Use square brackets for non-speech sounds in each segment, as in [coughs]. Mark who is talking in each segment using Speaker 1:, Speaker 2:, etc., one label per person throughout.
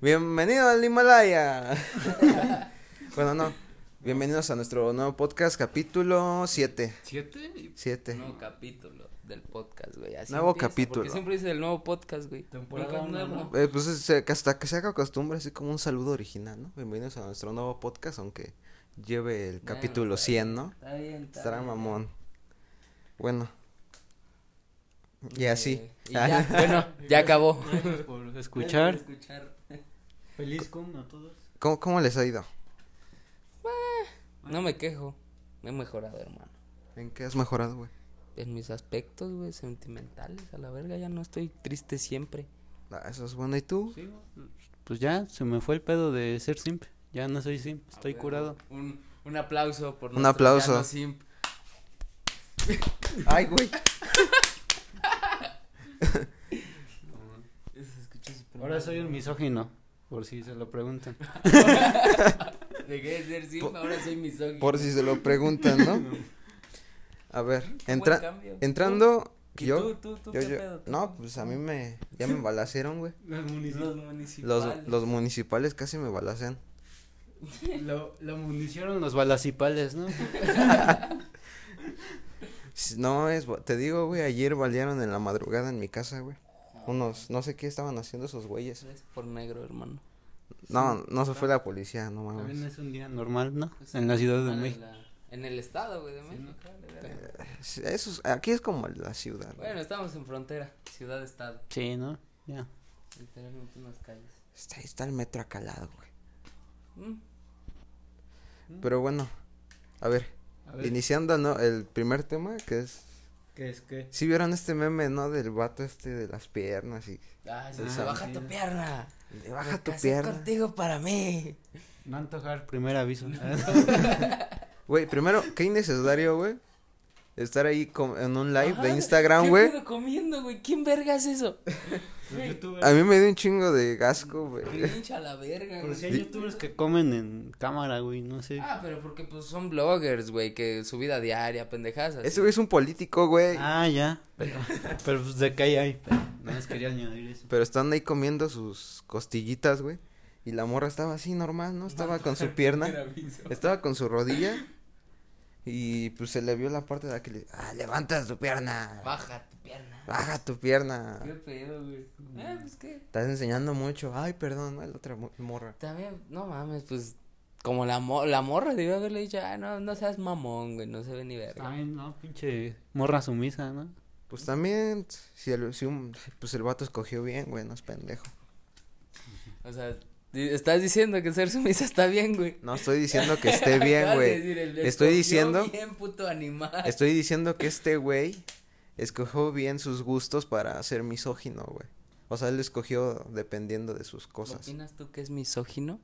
Speaker 1: Bienvenido al Himalaya. [laughs] bueno, no. Bienvenidos a nuestro nuevo podcast, capítulo 7.
Speaker 2: ¿Siete?
Speaker 1: 7.
Speaker 3: Nuevo capítulo del podcast, güey. Así
Speaker 1: Este. Nuevo
Speaker 3: empieza,
Speaker 1: capítulo.
Speaker 3: Porque siempre dice el nuevo podcast, güey.
Speaker 2: Temporada
Speaker 3: Nunca
Speaker 2: uno,
Speaker 3: nuevo.
Speaker 2: ¿no?
Speaker 1: Eh, pues es, eh, que hasta que se haga costumbre, así como un saludo original, ¿no? Bienvenidos a nuestro nuevo podcast, aunque lleve el
Speaker 3: Bueno,
Speaker 1: capítulo
Speaker 3: está
Speaker 1: 100, ¿no?
Speaker 3: Está bien, está
Speaker 1: Estará
Speaker 3: bien.
Speaker 1: mamón. Bueno. Y así.
Speaker 3: Eh,
Speaker 1: [laughs]
Speaker 3: y ya, bueno, ya acabó.
Speaker 2: Gracias por
Speaker 3: Gracias
Speaker 2: escuchar.
Speaker 3: por escuchar.
Speaker 2: Feliz con a todos.
Speaker 1: ¿Cómo, ¿Cómo les ha ido?
Speaker 3: No me quejo. Me he mejorado, hermano.
Speaker 1: ¿En qué has mejorado, güey?
Speaker 3: En mis aspectos, güey, sentimentales. A la verga, ya no estoy triste siempre.
Speaker 1: Ah, eso es bueno. ¿Y tú?
Speaker 2: Sí, güey. pues ya, se me fue el pedo de ser simp. Ya no soy simp, estoy
Speaker 3: Ah, bueno,
Speaker 2: curado.
Speaker 3: Un, un aplauso por
Speaker 1: Un
Speaker 3: nuestro
Speaker 1: aplauso.
Speaker 3: llano simp.
Speaker 1: Ay, güey.
Speaker 3: Se escuchó súper
Speaker 2: Ahora
Speaker 3: mal,
Speaker 2: soy
Speaker 3: ¿no?
Speaker 2: un misógino, por si se lo [laughs] preguntan.
Speaker 3: [laughs] Dejé de ser simp, ahora soy misógino.
Speaker 1: Por si se lo preguntan,
Speaker 3: [laughs]
Speaker 1: ¿no? A ver,
Speaker 3: Buen
Speaker 1: entra-
Speaker 3: cambio.
Speaker 1: entrando.
Speaker 3: ¿Y
Speaker 1: Yo,
Speaker 3: tú, tú, tú,
Speaker 1: yo,
Speaker 3: qué
Speaker 1: yo-
Speaker 3: pedo?
Speaker 1: no, pues a mí me, ya
Speaker 3: [laughs]
Speaker 1: me balacieron, güey.
Speaker 3: Los
Speaker 1: Los,
Speaker 3: municipales.
Speaker 1: los municipales casi me balacean.
Speaker 2: Lo, lo municiaron los balacipales, ¿no?
Speaker 1: Si No, es, ba- te digo, güey, ayer balearon en la madrugada en mi casa, güey. Unos, no sé qué estaban haciendo esos güeyes.
Speaker 3: Es por negro, hermano.
Speaker 1: No, no se fue la policía, no
Speaker 2: También
Speaker 1: mames.
Speaker 2: es un día normal, ¿no? En la Ciudad de
Speaker 3: Ah, en
Speaker 2: México.
Speaker 3: la- En el estado, güey, de México. vale, verga.
Speaker 1: Sí, Eso es- aquí es como la ciudad. güey.
Speaker 3: Bueno, estamos en frontera, ciudad-estado.
Speaker 2: Sí, ¿no? Ya.
Speaker 3: Literalmente unas calles.
Speaker 1: Está, está el metro acalado, güey.
Speaker 3: Mm,
Speaker 1: Pero bueno, a ver,
Speaker 2: A ver,
Speaker 1: iniciando ¿no? el primer tema, que es...
Speaker 2: ¿qué es qué?
Speaker 1: Si vieron este meme, ¿no? Del vato este de las piernas y...
Speaker 3: Ah, sí,
Speaker 2: Ah,
Speaker 3: sí, baja
Speaker 2: sí.
Speaker 3: tu pierna.
Speaker 1: le Baja
Speaker 3: Me
Speaker 1: tu
Speaker 3: casé
Speaker 1: pierna.
Speaker 3: contigo para mí.
Speaker 2: No antojar, primer aviso. [laughs]
Speaker 1: Güey, primero, qué innecesario, güey. Estar ahí com- en un live
Speaker 3: Ajá,
Speaker 1: de Instagram,
Speaker 3: ¿qué
Speaker 1: güey.
Speaker 3: pedo comiendo, güey? ¿Quién verga es
Speaker 1: [laughs]
Speaker 3: eso?
Speaker 2: Los youtubers.
Speaker 1: A mí me dio un chingo de gasco, güey.
Speaker 3: Pincha la verga,
Speaker 2: Pero
Speaker 3: güey.
Speaker 2: si hay youtubers que comen en cámara, güey, no sé.
Speaker 3: Ah, pero porque pues son bloggers, güey, que su vida diaria, pendejadas. así.
Speaker 1: Ese güey es un político, güey.
Speaker 2: Ah, ya. Pero, pero pues de qué hay ahí. No les quería añadir eso.
Speaker 1: Pero están ahí comiendo sus costillitas, güey. Y la morra estaba así normal, ¿no? Estaba con su pierna. Estaba con su rodilla. Y pues se le vio la parte de aquí. le- Ah, levanta tu pierna.
Speaker 3: Baja tu pierna.
Speaker 1: Baja tu pierna.
Speaker 3: ¿Qué pedo, güey?
Speaker 2: Mm.
Speaker 3: Ah, pues qué.
Speaker 1: Estás enseñando mucho. Ay, perdón, ¿no? la otra mo- morra.
Speaker 3: También, no mames, pues como la, mo- la morra debió haberle dicho, ah, no, no seas mamón, güey, no se ve ni verga.
Speaker 2: También, no, pinche morra sumisa, ¿no?
Speaker 1: Pues también, si el, si un- pues el vato escogió bien, güey, no es pendejo.
Speaker 3: O sea, di- estás diciendo que ser sumisa está bien, güey.
Speaker 1: No estoy diciendo que
Speaker 3: [laughs]
Speaker 1: esté bien,
Speaker 3: Acabas de
Speaker 1: güey.
Speaker 3: decir, el
Speaker 1: Estoy
Speaker 3: escogió
Speaker 1: diciendo,
Speaker 3: Bien, puto animal.
Speaker 1: estoy diciendo que este güey escogió bien sus gustos para ser misógino, güey. O sea, él escogió dependiendo de sus cosas.
Speaker 3: ¿Opinas tú que es misógino?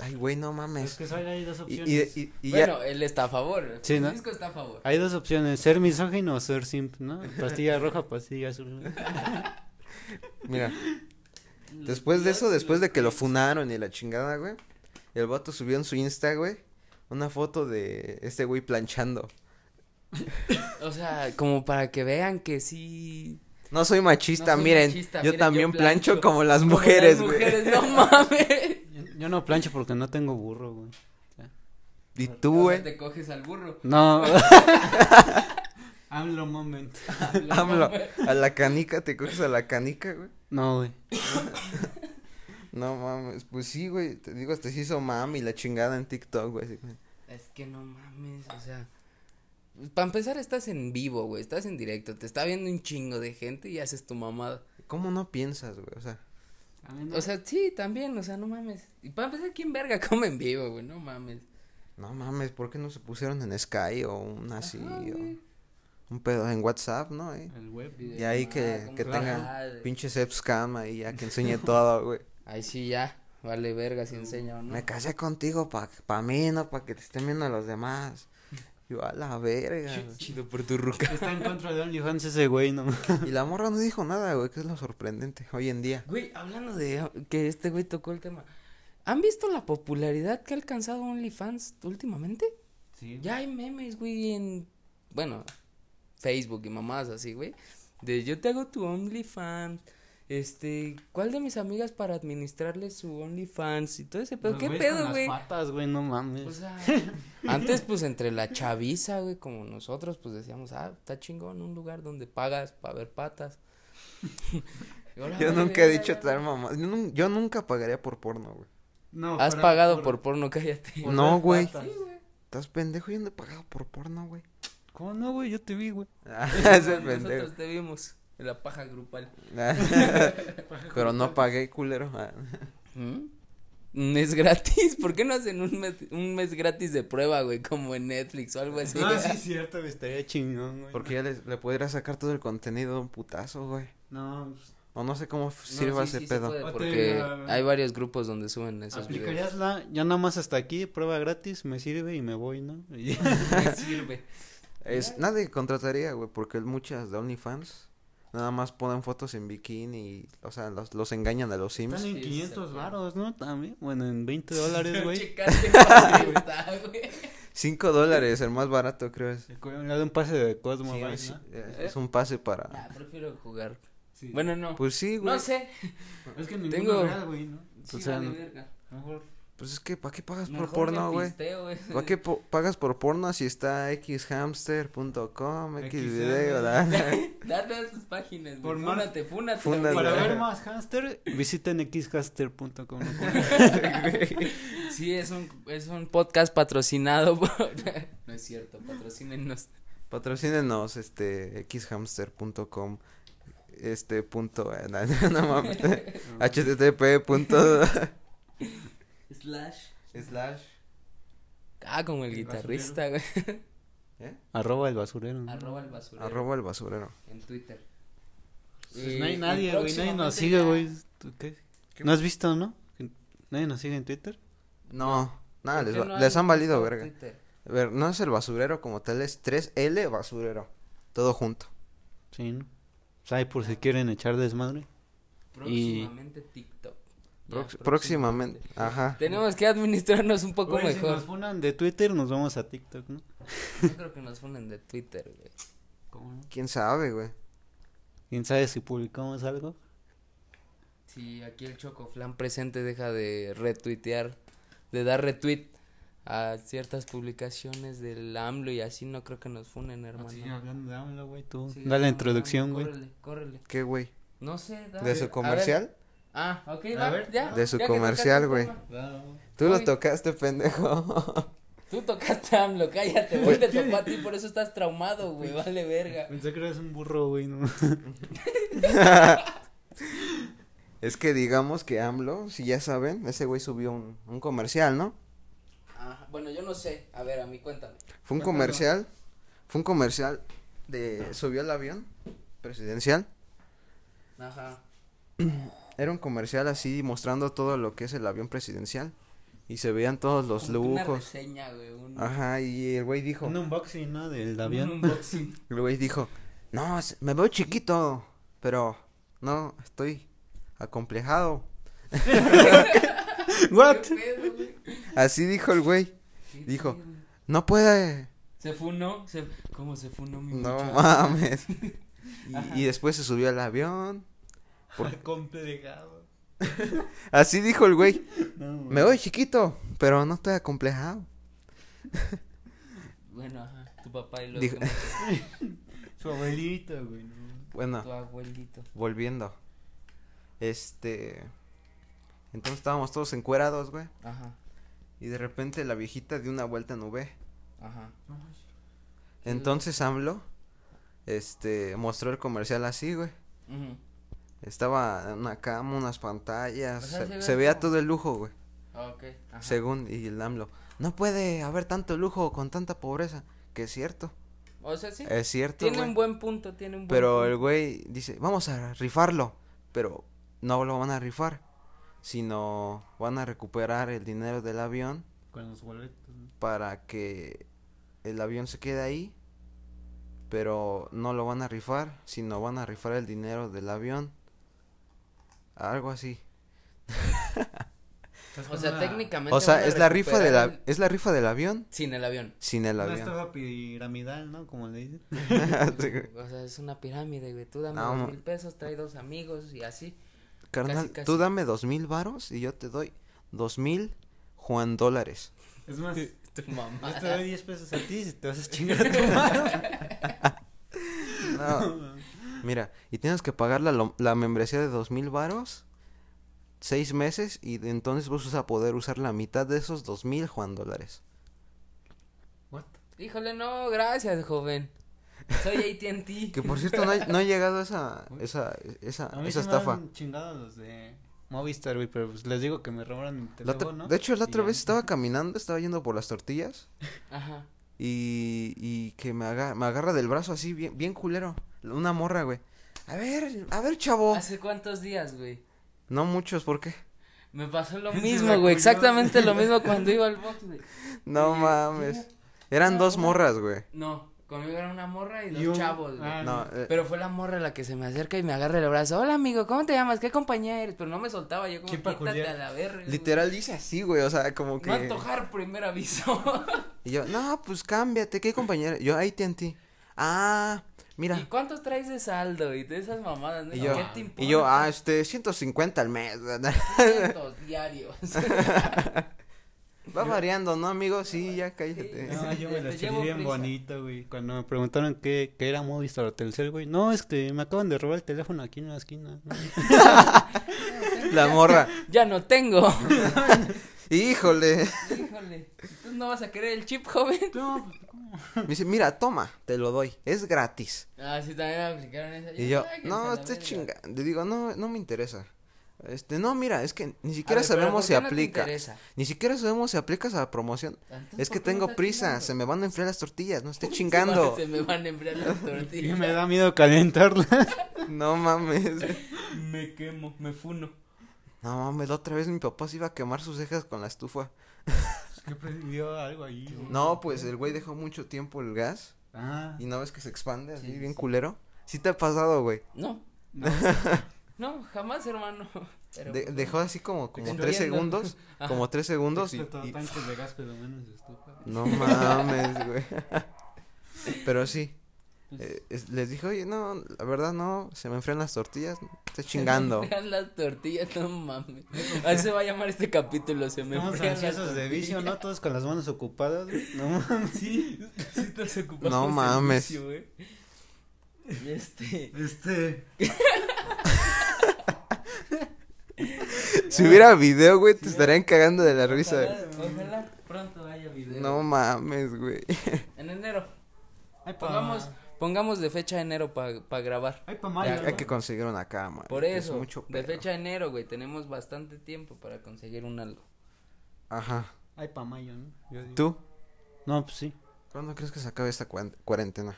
Speaker 1: Ay, güey, no
Speaker 2: Es
Speaker 1: mames.
Speaker 2: que solo hay dos
Speaker 1: Y,
Speaker 2: opciones.
Speaker 1: y, y- y ya,
Speaker 3: bueno, él está a favor.
Speaker 2: Sí, ¿no?
Speaker 3: Francisco está a favor.
Speaker 2: Hay dos opciones, ser misógino o ser simp, ¿no? Pastilla roja, pastilla azul.
Speaker 3: [laughs]
Speaker 1: mira, después de eso, después de que lo funaron y la chingada, güey, el vato subió en su Insta, güey, una foto de este güey planchando.
Speaker 3: O sea, como para que vean que sí.
Speaker 1: No soy machista,
Speaker 3: No soy
Speaker 1: miren,
Speaker 3: machista,
Speaker 1: yo
Speaker 3: miren, yo
Speaker 1: también plancho,
Speaker 3: plancho
Speaker 1: como las
Speaker 3: como
Speaker 1: mujeres,
Speaker 3: las
Speaker 1: güey.
Speaker 3: mujeres, no mames.
Speaker 2: Yo, yo no plancho porque no tengo burro, güey.
Speaker 1: Y
Speaker 3: O
Speaker 1: tú,
Speaker 3: sea,
Speaker 1: güey.
Speaker 3: te coges al
Speaker 1: [laughs]
Speaker 3: burro.
Speaker 2: No. [laughs] AMLO moment.
Speaker 3: Lo
Speaker 1: AMLO,
Speaker 3: mames.
Speaker 1: a la canica, te coges a la canica, güey.
Speaker 2: No, güey.
Speaker 1: No mames, pues sí, güey, te digo, hasta se hizo mami la chingada en TikTok, güey. así, güey.
Speaker 3: Es que no mames, o sea. Para empezar, estás en vivo, güey. Estás en directo. Te está viendo un chingo de gente y haces tu mamada.
Speaker 1: ¿Cómo no piensas, güey? O sea,
Speaker 2: A mí no.
Speaker 3: O sea, sí, también, o sea, no mames. Y para empezar, ¿quién verga [laughs] come en vivo, güey? No mames.
Speaker 1: no mames, ¿por qué no se pusieron en Sky o un así
Speaker 3: Ajá,
Speaker 1: o
Speaker 3: güey.
Speaker 1: un pedo en WhatsApp, no? Eh?
Speaker 2: el web.
Speaker 1: Y ahí que,
Speaker 3: Ah,
Speaker 1: que
Speaker 3: como-
Speaker 1: tengan
Speaker 3: Ajá, de-
Speaker 1: pinches Epscam ahí ya que enseñe todo, güey.
Speaker 3: Ahí sí ya, vale verga si enseña o no.
Speaker 1: Me casé contigo pa, pa mí, no pa que te estén viendo los demás. Yo a la verga. güey.
Speaker 3: Chido por tu ruca.
Speaker 2: Está en contra de OnlyFans ese güey, no.
Speaker 1: Y la morra no dijo nada, güey, que es lo sorprendente hoy en día.
Speaker 3: Güey, hablando de que este güey tocó el tema. ¿Han visto la popularidad que ha alcanzado OnlyFans últimamente?
Speaker 2: Sí.
Speaker 3: Ya hay memes, güey, en. Bueno, Facebook y mamás así, güey. De yo te hago tu OnlyFans. Este, ¿cuál de mis amigas para administrarle su OnlyFans y todo ese pedo?
Speaker 2: Los
Speaker 3: ¿Qué
Speaker 2: güeyes
Speaker 3: pedo,
Speaker 2: con
Speaker 3: güey? Pues,
Speaker 2: Las patas, güey, no mames.
Speaker 3: O sea, antes pues entre la chaviza, güey, como nosotros pues decíamos, ah, está chingón un lugar donde pagas para ver patas. [laughs]
Speaker 1: Yo nunca he dicho tal mamá. Yo, nun- yo nunca pagaría por porno, güey.
Speaker 2: no,
Speaker 3: Has
Speaker 2: pero-
Speaker 3: pagado por porno, cállate. [laughs]
Speaker 2: por
Speaker 1: No,
Speaker 2: ver
Speaker 1: güey.
Speaker 2: patas.
Speaker 1: ¿Estás pendejo? Yo no he pagado por porno, güey.
Speaker 2: ¿Cómo no, güey? Yo te vi, güey.
Speaker 1: Ah, [laughs] ese pendejo.
Speaker 3: [laughs] Nosotros te vimos en la paja grupal.
Speaker 1: Ah. Pero no pagué, culero. Ah.
Speaker 3: ¿Mm? Un mes gratis, ¿por qué no hacen un mes, un mes gratis de prueba, güey? Como en Netflix o algo así.
Speaker 2: Ah,
Speaker 3: [laughs]
Speaker 2: [laughs] sí, cierto, güey, estaría chingón, güey.
Speaker 1: Porque ya les- le podría sacar todo el contenido de un putazo, güey.
Speaker 2: No, pues,
Speaker 1: O no sé cómo f- sirva
Speaker 3: sí,
Speaker 1: ese
Speaker 3: sí se
Speaker 1: pedo.
Speaker 3: puede,
Speaker 2: O te-
Speaker 3: porque
Speaker 2: ah,
Speaker 3: hay varios grupos donde suben esos videos.
Speaker 2: aplicarías la, ya nada más hasta aquí, prueba gratis, me sirve y me voy, ¿no? Y-
Speaker 3: [laughs] Me sirve.
Speaker 1: Es, nadie contrataría, güey, porque muchas de OnlyFans nada más ponen fotos en bikini y, o sea, los, los engañan a los
Speaker 2: Están
Speaker 1: Sims.
Speaker 2: en
Speaker 3: Sí,
Speaker 2: 500
Speaker 3: sí.
Speaker 2: varos, ¿no? También, bueno, en 20
Speaker 3: [laughs]
Speaker 2: dólares, güey.
Speaker 3: Checaste [laughs] cuánto está, güey.
Speaker 1: Cinco dólares, el más barato, creo es.
Speaker 2: Se cuelga un pase de Cosmo,
Speaker 1: Sí,
Speaker 2: güey.
Speaker 1: sí,
Speaker 2: ¿no?
Speaker 1: eh, es un pase
Speaker 3: Ah,
Speaker 1: para...
Speaker 3: prefiero jugar.
Speaker 2: Sí.
Speaker 3: Bueno, no.
Speaker 1: Pues sí, güey.
Speaker 3: no sé.
Speaker 2: es que ninguno
Speaker 3: tengo-
Speaker 2: es real, güey, ¿no?
Speaker 3: Sí,
Speaker 2: o sea,
Speaker 3: vale,
Speaker 2: no-
Speaker 3: verga.
Speaker 2: mejor
Speaker 1: Pues es que, ¿para qué pagas
Speaker 3: Mejor
Speaker 1: por porno,
Speaker 3: me
Speaker 1: güey?
Speaker 3: pisteo, güey. [laughs]
Speaker 1: ¿Para qué po- pagas por porno si está xhamster.com, xvideo,
Speaker 2: XM?
Speaker 1: la-
Speaker 3: [laughs] Date a sus páginas, güey.
Speaker 2: Por más-
Speaker 3: Fúnate, fúnate.
Speaker 1: Fúnate.
Speaker 2: Para
Speaker 1: güey.
Speaker 2: ver más hamster, visiten xhamster.com.
Speaker 3: [laughs] Sí, es un, es un podcast patrocinado por... No es cierto, patrocínenos.
Speaker 1: Patrocínenos, este, xhamster.com, este, punto, eh, no, [laughs] no, no
Speaker 3: [laughs]
Speaker 1: mames, http, punto,
Speaker 3: Slash.
Speaker 1: slash,
Speaker 3: Ah, como el,
Speaker 2: El
Speaker 3: guitarrista, güey.
Speaker 1: [laughs] ¿eh?
Speaker 2: Arroba el basurero. ¿no?
Speaker 3: Arroba el basurero.
Speaker 1: arroba el basurero.
Speaker 3: En Twitter.
Speaker 2: Pues
Speaker 3: Y-
Speaker 2: no hay
Speaker 3: y
Speaker 2: nadie, güey, nadie nos
Speaker 3: próximamente
Speaker 2: sigue,
Speaker 3: ya-
Speaker 2: güey. ¿Tú qué? ¿No has visto, no? Que Nadie nos sigue en Twitter.
Speaker 1: No, nada,
Speaker 3: ¿Por
Speaker 1: les,
Speaker 3: qué
Speaker 1: va-
Speaker 3: no
Speaker 1: les
Speaker 3: han
Speaker 1: han valido
Speaker 3: usado
Speaker 1: verga.
Speaker 3: Twitter?
Speaker 1: A ver, no es el basurero como tal, es 3L basurero, todo junto.
Speaker 2: Sí, ¿no? O sea, ahí por si quieren echar desmadre.
Speaker 3: Próximamente TikTok. Ya,
Speaker 1: Prox- próximamente, ajá.
Speaker 3: Tenemos que administrarnos un poco
Speaker 2: Güey, si
Speaker 3: mejor.
Speaker 2: nos funan de Twitter, nos vamos a TikTok, ¿no?
Speaker 3: No creo que nos ponen de Twitter, güey.
Speaker 2: ¿Cómo no?
Speaker 1: ¿Quién sabe, güey?
Speaker 2: ¿Quién sabe si publicamos algo?
Speaker 3: Si aquí el Chocoflan presente deja de retuitear, de dar retweet a ciertas publicaciones del AMLO y así no creo que nos funen, hermano.
Speaker 2: Ah, Sí, hablando de AMLO, güey, tú.
Speaker 3: Sí,
Speaker 2: Dale
Speaker 3: no,
Speaker 2: la introducción,
Speaker 3: no,
Speaker 2: güey.
Speaker 3: Córrele, córrele.
Speaker 1: ¿Qué, güey?
Speaker 3: No sé, dale.
Speaker 1: ¿De
Speaker 3: A
Speaker 1: su
Speaker 3: ver.
Speaker 1: comercial?
Speaker 3: Ah, ok,
Speaker 2: A
Speaker 3: va,
Speaker 2: ver.
Speaker 3: ya.
Speaker 1: De su
Speaker 3: ya que
Speaker 1: comercial,
Speaker 3: tocaste el
Speaker 1: güey.
Speaker 3: tema.
Speaker 1: Tú lo
Speaker 3: Uy.
Speaker 1: tocaste, pendejo. [laughs]
Speaker 3: Tú tocaste a AMLO, cállate, güey. Te tocó a ti, por eso estás traumado,
Speaker 1: [laughs]
Speaker 3: güey. Vale verga.
Speaker 2: Pensé que eres un burro, güey, ¿no?
Speaker 1: Es que digamos que AMLO, si ya saben, ese güey subió un, un comercial, ¿no?
Speaker 3: Ajá, Bueno, yo no sé. A ver, a mí cuéntame.
Speaker 1: Fue un comercial, fue un comercial de, subió al avión presidencial.
Speaker 3: Ajá.
Speaker 1: Era un comercial así mostrando todo lo que es el avión presidencial. Y se veían todos los
Speaker 3: Como que Una
Speaker 1: lujos.
Speaker 3: reseña, güey. Un,
Speaker 1: Ajá, y el güey dijo,
Speaker 2: Un unboxing, ¿no? Del
Speaker 3: un
Speaker 2: avión.
Speaker 3: unboxing.
Speaker 1: [laughs] el güey dijo, no, s- me veo chiquito, pero no, estoy acomplejado. [laughs]
Speaker 2: ¿What?
Speaker 3: ¿Qué pedo, güey?
Speaker 1: Así dijo el güey,
Speaker 3: ¿Qué
Speaker 1: Dijo.
Speaker 3: pedo?
Speaker 1: no puede,
Speaker 3: Se funó, se... ¿cómo se funó mi
Speaker 1: no
Speaker 3: muchacho?
Speaker 1: mames. Y, y después se subió al avión. Por- [laughs]
Speaker 2: Complejado.
Speaker 1: Así dijo el güey,
Speaker 2: No, güey.
Speaker 1: me veo chiquito, pero no estoy acomplejado.
Speaker 3: Bueno, ajá, tu papá y luego
Speaker 1: Dijo-
Speaker 3: ¿cómo
Speaker 2: Su abuelito, güey. ¿no?
Speaker 1: Bueno,
Speaker 3: tu abuelito.
Speaker 1: volviendo. Este. Entonces estábamos todos encuerados, güey.
Speaker 3: Ajá,
Speaker 1: Y de repente la viejita dio una vuelta en V.
Speaker 3: ajá.
Speaker 1: Entonces AMLO, este, mostró el comercial así, güey.
Speaker 3: Ujú.
Speaker 1: Estaba una cama, unas pantallas.
Speaker 3: O
Speaker 1: se-
Speaker 3: sea, se
Speaker 1: se,
Speaker 3: ve
Speaker 1: veía
Speaker 3: como-
Speaker 1: todo el lujo, güey.
Speaker 3: Ok, ajá.
Speaker 1: Según, y el AMLO. No puede haber tanto lujo con tanta pobreza. Que es cierto.
Speaker 3: O sea, sí,
Speaker 1: Es cierto,
Speaker 3: tiene
Speaker 1: Eh, güey.
Speaker 3: un buen punto, tiene un buen
Speaker 1: Pero el
Speaker 3: punto.
Speaker 1: güey dice, vamos a rifarlo, pero no lo van a rifar, sino van a recuperar el dinero del avión
Speaker 2: Con los boletos. ¿no?
Speaker 1: para que el avión se quede ahí, pero no lo van a rifar, sino van a rifar el dinero del avión. Algo así.
Speaker 3: O sea, técnicamente.
Speaker 1: O
Speaker 3: van
Speaker 1: sea,
Speaker 3: a
Speaker 1: es la rifa de la,
Speaker 3: recuperar el-
Speaker 1: es la rifa del avión
Speaker 3: Sin el avión.
Speaker 1: sin el
Speaker 2: Una
Speaker 1: avión.
Speaker 2: estafa piramidal, ¿no? Como le dicen.
Speaker 1: [laughs] Sí, güey.
Speaker 3: O sea, es una pirámide, güey. Tú dame
Speaker 1: No,
Speaker 3: dos
Speaker 1: ma-
Speaker 3: mil pesos, trae dos amigos y así.
Speaker 1: Carnal,
Speaker 3: Casi, casi.
Speaker 1: tú dame dos mil varos y yo te doy dos mil Juan dólares.
Speaker 2: Es más, yo
Speaker 3: Tu mamá.
Speaker 2: te doy 10 pesos a ti si te vas a chingar
Speaker 3: [laughs]
Speaker 2: a tu madre.
Speaker 1: No, [laughs] mira, y tienes que pagar la, lo- la membresía de dos mil varos seis meses y de- entonces vos vas a poder usar la mitad de esos dos mil Juan dólares.
Speaker 2: What?
Speaker 3: Híjole, no, gracias, joven.
Speaker 1: [laughs]
Speaker 3: Soy ATT.
Speaker 1: Que por cierto, no, ha- no ha llegado esa, esa, esa,
Speaker 2: A mí
Speaker 1: esa
Speaker 2: se
Speaker 1: Ah, estafa.
Speaker 2: Me han chingado los de Movistar, güey, pero pues les digo que me robaron mi
Speaker 1: La otra-
Speaker 2: teléfono.
Speaker 1: De hecho, la
Speaker 2: y
Speaker 1: otra
Speaker 2: ya.
Speaker 1: vez estaba caminando, estaba yendo por las tortillas
Speaker 3: Ajá.
Speaker 1: y, y que me, aga- me agarra del brazo así, bien, bien culero. Una morra, güey. A ver, a ver, chavo.
Speaker 3: ¿Hace cuántos días, güey?
Speaker 1: No muchos, ¿por qué?
Speaker 3: Me pasó lo
Speaker 2: Se
Speaker 3: mismo,
Speaker 2: la
Speaker 3: güey.
Speaker 2: cogió.
Speaker 3: Exactamente lo mismo cuando iba al box, güey.
Speaker 1: No
Speaker 3: Sí,
Speaker 1: mames.
Speaker 3: sí.
Speaker 1: Eran
Speaker 3: Una
Speaker 1: dos
Speaker 3: morra.
Speaker 1: morras, güey.
Speaker 3: No, conmigo era una morra y dos
Speaker 2: Y un-
Speaker 3: chavos, güey.
Speaker 2: Ah,
Speaker 1: No, eh,
Speaker 3: Pero fue la morra la que se me acerca y me agarra el brazo. Hola, amigo, ¿cómo te llamas? ¿Qué compañía eres? Pero no me soltaba, yo como,
Speaker 2: Qué peculiar.
Speaker 3: quítate a la verga. güey".
Speaker 1: literal dice así, güey, o sea, como que...
Speaker 3: No antojar primer aviso. [laughs]
Speaker 1: Y yo, no, pues cámbiate, ¿qué compañera? Yo, AT&T. Ah,
Speaker 3: ¿Y
Speaker 1: mira.
Speaker 3: cuántos traes de saldo y de esas mamadas? ¿no?
Speaker 1: Y yo,
Speaker 3: ¿Qué te importa?
Speaker 1: y yo, ah, este, 150 al mes. [laughs] Va [laughs]
Speaker 3: 500 diarios.
Speaker 1: variando, ¿no, amigo? Sí, ya cállate.
Speaker 2: No, yo me
Speaker 3: Te
Speaker 2: la
Speaker 3: llevo
Speaker 2: eché bien
Speaker 3: prisa.
Speaker 2: bonito, güey. Cuando me preguntaron qué, qué era Movistar o Telcel, güey. No, es que me acaban de robar el teléfono aquí en la esquina. ¿no?
Speaker 1: La morra.
Speaker 3: ya no
Speaker 1: [laughs]
Speaker 3: tengo.
Speaker 1: Híjole.
Speaker 3: Híjole. ¿Tú no vas a querer el chip, joven?
Speaker 2: No, pues, ¿cómo?
Speaker 1: Me dice, mira, toma, te lo doy. Es gratis.
Speaker 3: Ah, sí, también me aplicaron esa.
Speaker 1: Y yo,
Speaker 3: "Ay, que se
Speaker 1: no,
Speaker 3: la
Speaker 1: este
Speaker 3: verga".
Speaker 1: chinga. Le digo, no, no me interesa. Este, no, mira, es que ni
Speaker 3: A
Speaker 1: siquiera
Speaker 3: ver, pero
Speaker 1: sabemos
Speaker 3: ¿por
Speaker 1: si
Speaker 3: qué no te
Speaker 1: aplica.
Speaker 3: interesa?
Speaker 1: Ni siquiera sabemos si aplica esa promoción.
Speaker 3: Entonces,
Speaker 1: Es que
Speaker 3: ¿por qué me
Speaker 1: tengo
Speaker 3: estás
Speaker 1: prisa,
Speaker 3: chingando?
Speaker 1: se me van a enfriar las tortillas, no
Speaker 3: [laughs]
Speaker 1: esté
Speaker 3: Se
Speaker 1: chingando.
Speaker 3: van- Se me van a enfriar
Speaker 2: [laughs]
Speaker 3: las
Speaker 2: Y
Speaker 3: tortillas.
Speaker 2: me da miedo calentarla.
Speaker 1: No mames.
Speaker 3: Me quemo, me funo.
Speaker 1: No mames, la otra vez mi papá se iba a quemar sus cejas con la estufa.
Speaker 2: Pues que prendió algo ahí. güey.
Speaker 1: No, pues el güey dejó mucho tiempo el gas
Speaker 2: Ah,
Speaker 1: y no ves que se expande así,
Speaker 3: Sí,
Speaker 1: bien culero. Sí te ha pasado, güey.
Speaker 3: No.
Speaker 2: No.
Speaker 3: No, jamás,
Speaker 1: [laughs]
Speaker 3: hermano. Pero, Ah,
Speaker 1: De-
Speaker 3: pues,
Speaker 1: dejó así como, como tres
Speaker 3: Entiendo.
Speaker 1: segundos,
Speaker 3: Ajá. [laughs]
Speaker 1: como tres segundos y,
Speaker 2: explotó
Speaker 1: y-
Speaker 2: tanques Este, de gas, pero menos estufa.
Speaker 1: No mames, güey. [laughs] Pero sí.
Speaker 3: Pues-
Speaker 1: eh, es- les dije, oye, no, la verdad no, se me enfrían las tortillas, esté chingando.
Speaker 3: Se me enfrían las tortillas, no mames. Así se va a llamar este capítulo, se me
Speaker 2: Estamos
Speaker 3: enfrían las
Speaker 2: ansiosos de vicio,
Speaker 3: tortillas.
Speaker 2: ¿no? Todos con las manos ocupadas. [laughs] güey. No mames.
Speaker 3: Sí, sí nos ocupamos
Speaker 1: No
Speaker 3: del
Speaker 1: mames.
Speaker 3: vicio, güey. Y Este,
Speaker 2: Este.
Speaker 1: Si hubiera video, güey, te estarían cagando de la risa.
Speaker 3: ojalá, ojalá pronto haya video.
Speaker 1: No mames, güey.
Speaker 3: En enero.
Speaker 2: Ay, pa-
Speaker 3: Pongamos, pongamos de fecha de enero para grabar.
Speaker 2: Ay, pa Mario.
Speaker 1: Hay que conseguir una cámara.
Speaker 3: Por
Speaker 1: que es
Speaker 3: eso,
Speaker 1: mucho
Speaker 3: de
Speaker 1: pedo.
Speaker 3: fecha de enero, güey, tenemos bastante tiempo para conseguir un algo.
Speaker 1: Ajá.
Speaker 2: Ay, pa mayo, ¿no? Yo digo.
Speaker 1: ¿Tú?
Speaker 2: No, pues sí.
Speaker 1: ¿Cuándo crees que se acabe esta cuaren- cuarentena?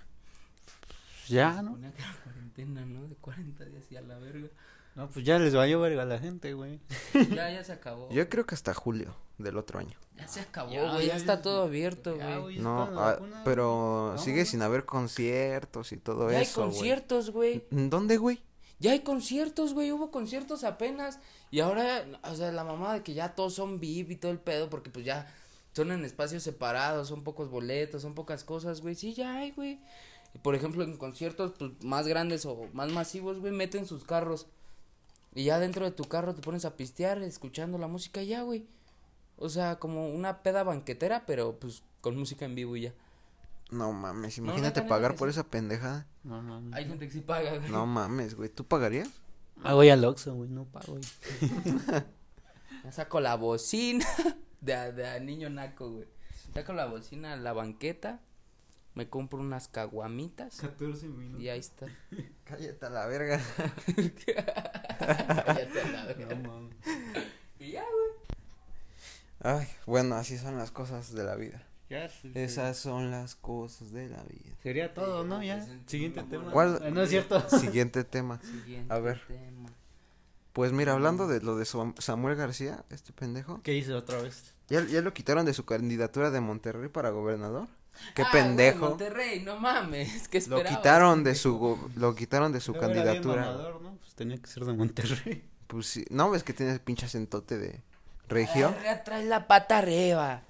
Speaker 2: Pues ya, ¿no?
Speaker 3: Una cuarentena, ¿no? De 40 días y a la verga.
Speaker 2: No, pues ya les va a llevar a la gente, güey.
Speaker 3: Ya, ya se acabó.
Speaker 1: Yo creo que hasta julio del otro año.
Speaker 3: Ya se acabó,
Speaker 2: Ya,
Speaker 3: güey. Ya,
Speaker 2: ya,
Speaker 3: está
Speaker 2: ya.
Speaker 3: todo abierto,
Speaker 2: Ya,
Speaker 3: güey.
Speaker 2: güey,
Speaker 1: No,
Speaker 2: espera la
Speaker 1: ah,
Speaker 2: vacuna,
Speaker 1: pero
Speaker 2: güey.
Speaker 1: sigue
Speaker 2: No,
Speaker 1: sin haber conciertos y todo
Speaker 3: Ya hay
Speaker 1: eso. güey.
Speaker 3: conciertos, güey.
Speaker 1: ¿En ¿Dónde, güey?
Speaker 3: Ya hay conciertos, güey. Hubo conciertos apenas. Y ahora, o sea, la mamá de que ya todos son VIP y todo el pedo, porque pues ya son en espacios separados, son pocos boletos, son pocas cosas, güey. Sí, ya hay, güey. Y, Por ejemplo, en conciertos pues, más grandes o más masivos, güey, meten sus carros. Y ya dentro de tu carro te pones a pistear escuchando la música y ya, güey. O sea, como una peda banquetera, pero pues con música en vivo y ya.
Speaker 1: No mames,
Speaker 3: No,
Speaker 1: imagínate
Speaker 3: neta, neta
Speaker 1: pagar
Speaker 3: que
Speaker 1: por
Speaker 3: sí.
Speaker 1: esa pendejada.
Speaker 2: No, no, no.
Speaker 3: Hay gente que sí paga, güey.
Speaker 1: No mames, güey. ¿Tú pagarías?
Speaker 2: Me voy al Oxxo, güey, no pago. güey.
Speaker 3: Ya Saco la bocina [laughs] de, a- de a niño naco, güey. Saco la bocina a la banqueta, me compro unas caguamitas
Speaker 2: 14 minutos.
Speaker 3: y
Speaker 1: [laughs]
Speaker 3: ahí está.
Speaker 1: Cállate a la verga.
Speaker 3: Ya te la
Speaker 2: No,
Speaker 3: veo.
Speaker 2: mames.
Speaker 3: Y ya, güey.
Speaker 1: Ay, bueno, así son las cosas de la vida.
Speaker 2: Ya, sí, sí.
Speaker 1: Esas son las cosas de la vida. [laughs]
Speaker 2: Sería todo, ¿no? Ya.
Speaker 3: Pues, el-
Speaker 2: Siguiente
Speaker 3: no,
Speaker 2: tema.
Speaker 1: ¿Cuál?
Speaker 2: Ah, No es cierto.
Speaker 1: Siguiente tema.
Speaker 3: Siguiente
Speaker 1: A ver.
Speaker 3: tema.
Speaker 1: Pues mira, hablando de lo de Sam- Samuel García, este pendejo.
Speaker 2: ¿Qué hice otra vez?
Speaker 1: ¿Ya, ya lo quitaron de su candidatura de Monterrey para gobernador? ¡Qué
Speaker 3: Ah, güey,
Speaker 1: pendejo!
Speaker 3: Monterrey, no mames, [laughs] que
Speaker 1: Lo
Speaker 3: esperaba.
Speaker 1: quitaron de su go- lo quitaron de su
Speaker 2: Luego era bien
Speaker 1: candidatura.
Speaker 2: Pues mamador, ¿no? Pues tenía que ser de Monterrey.
Speaker 1: Pues sí, no ves que tienes pinche acentote de Regio.
Speaker 3: Arrea, trae la pata arriba.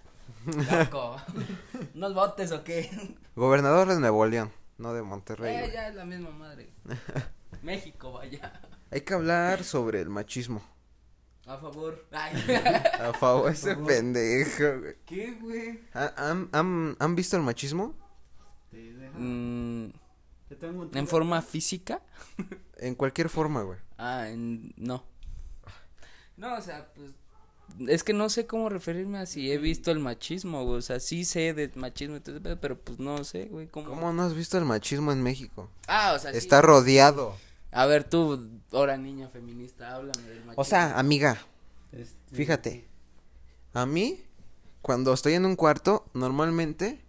Speaker 3: Loco. [laughs] ¿Unos botes o qué?
Speaker 1: Gobernador de Nuevo León, no de
Speaker 3: Eh,
Speaker 1: Monterrey. güey.
Speaker 3: ya es la
Speaker 1: [laughs]
Speaker 3: misma madre. México, vaya.
Speaker 1: Hay que hablar sobre el machismo.
Speaker 3: A favor.
Speaker 1: [laughs]
Speaker 3: Ay.
Speaker 1: A favor, ese pendejo, güey.
Speaker 3: ¿Qué, güey?
Speaker 1: Ah, ¿Han, han, han visto el machismo?
Speaker 3: Mm,
Speaker 2: Te tengo un
Speaker 3: ¿En forma física?
Speaker 1: En cualquier forma, güey.
Speaker 3: Ah, en- no. [laughs] No, o sea, pues. Es que no sé cómo referirme a si he visto el machismo, güey. O sea, sí sé de machismo, y todo ese pedo, pero pues no sé, güey. ¿cómo?
Speaker 1: ¿Cómo no has visto el machismo en México?
Speaker 3: Ah, o sea, sí.
Speaker 1: Está rodeado.
Speaker 3: A ver, tú, ahora niña feminista, háblame del machismo.
Speaker 1: O sea, amiga,
Speaker 2: Este,
Speaker 1: fíjate. A mí, cuando estoy en un cuarto, normalmente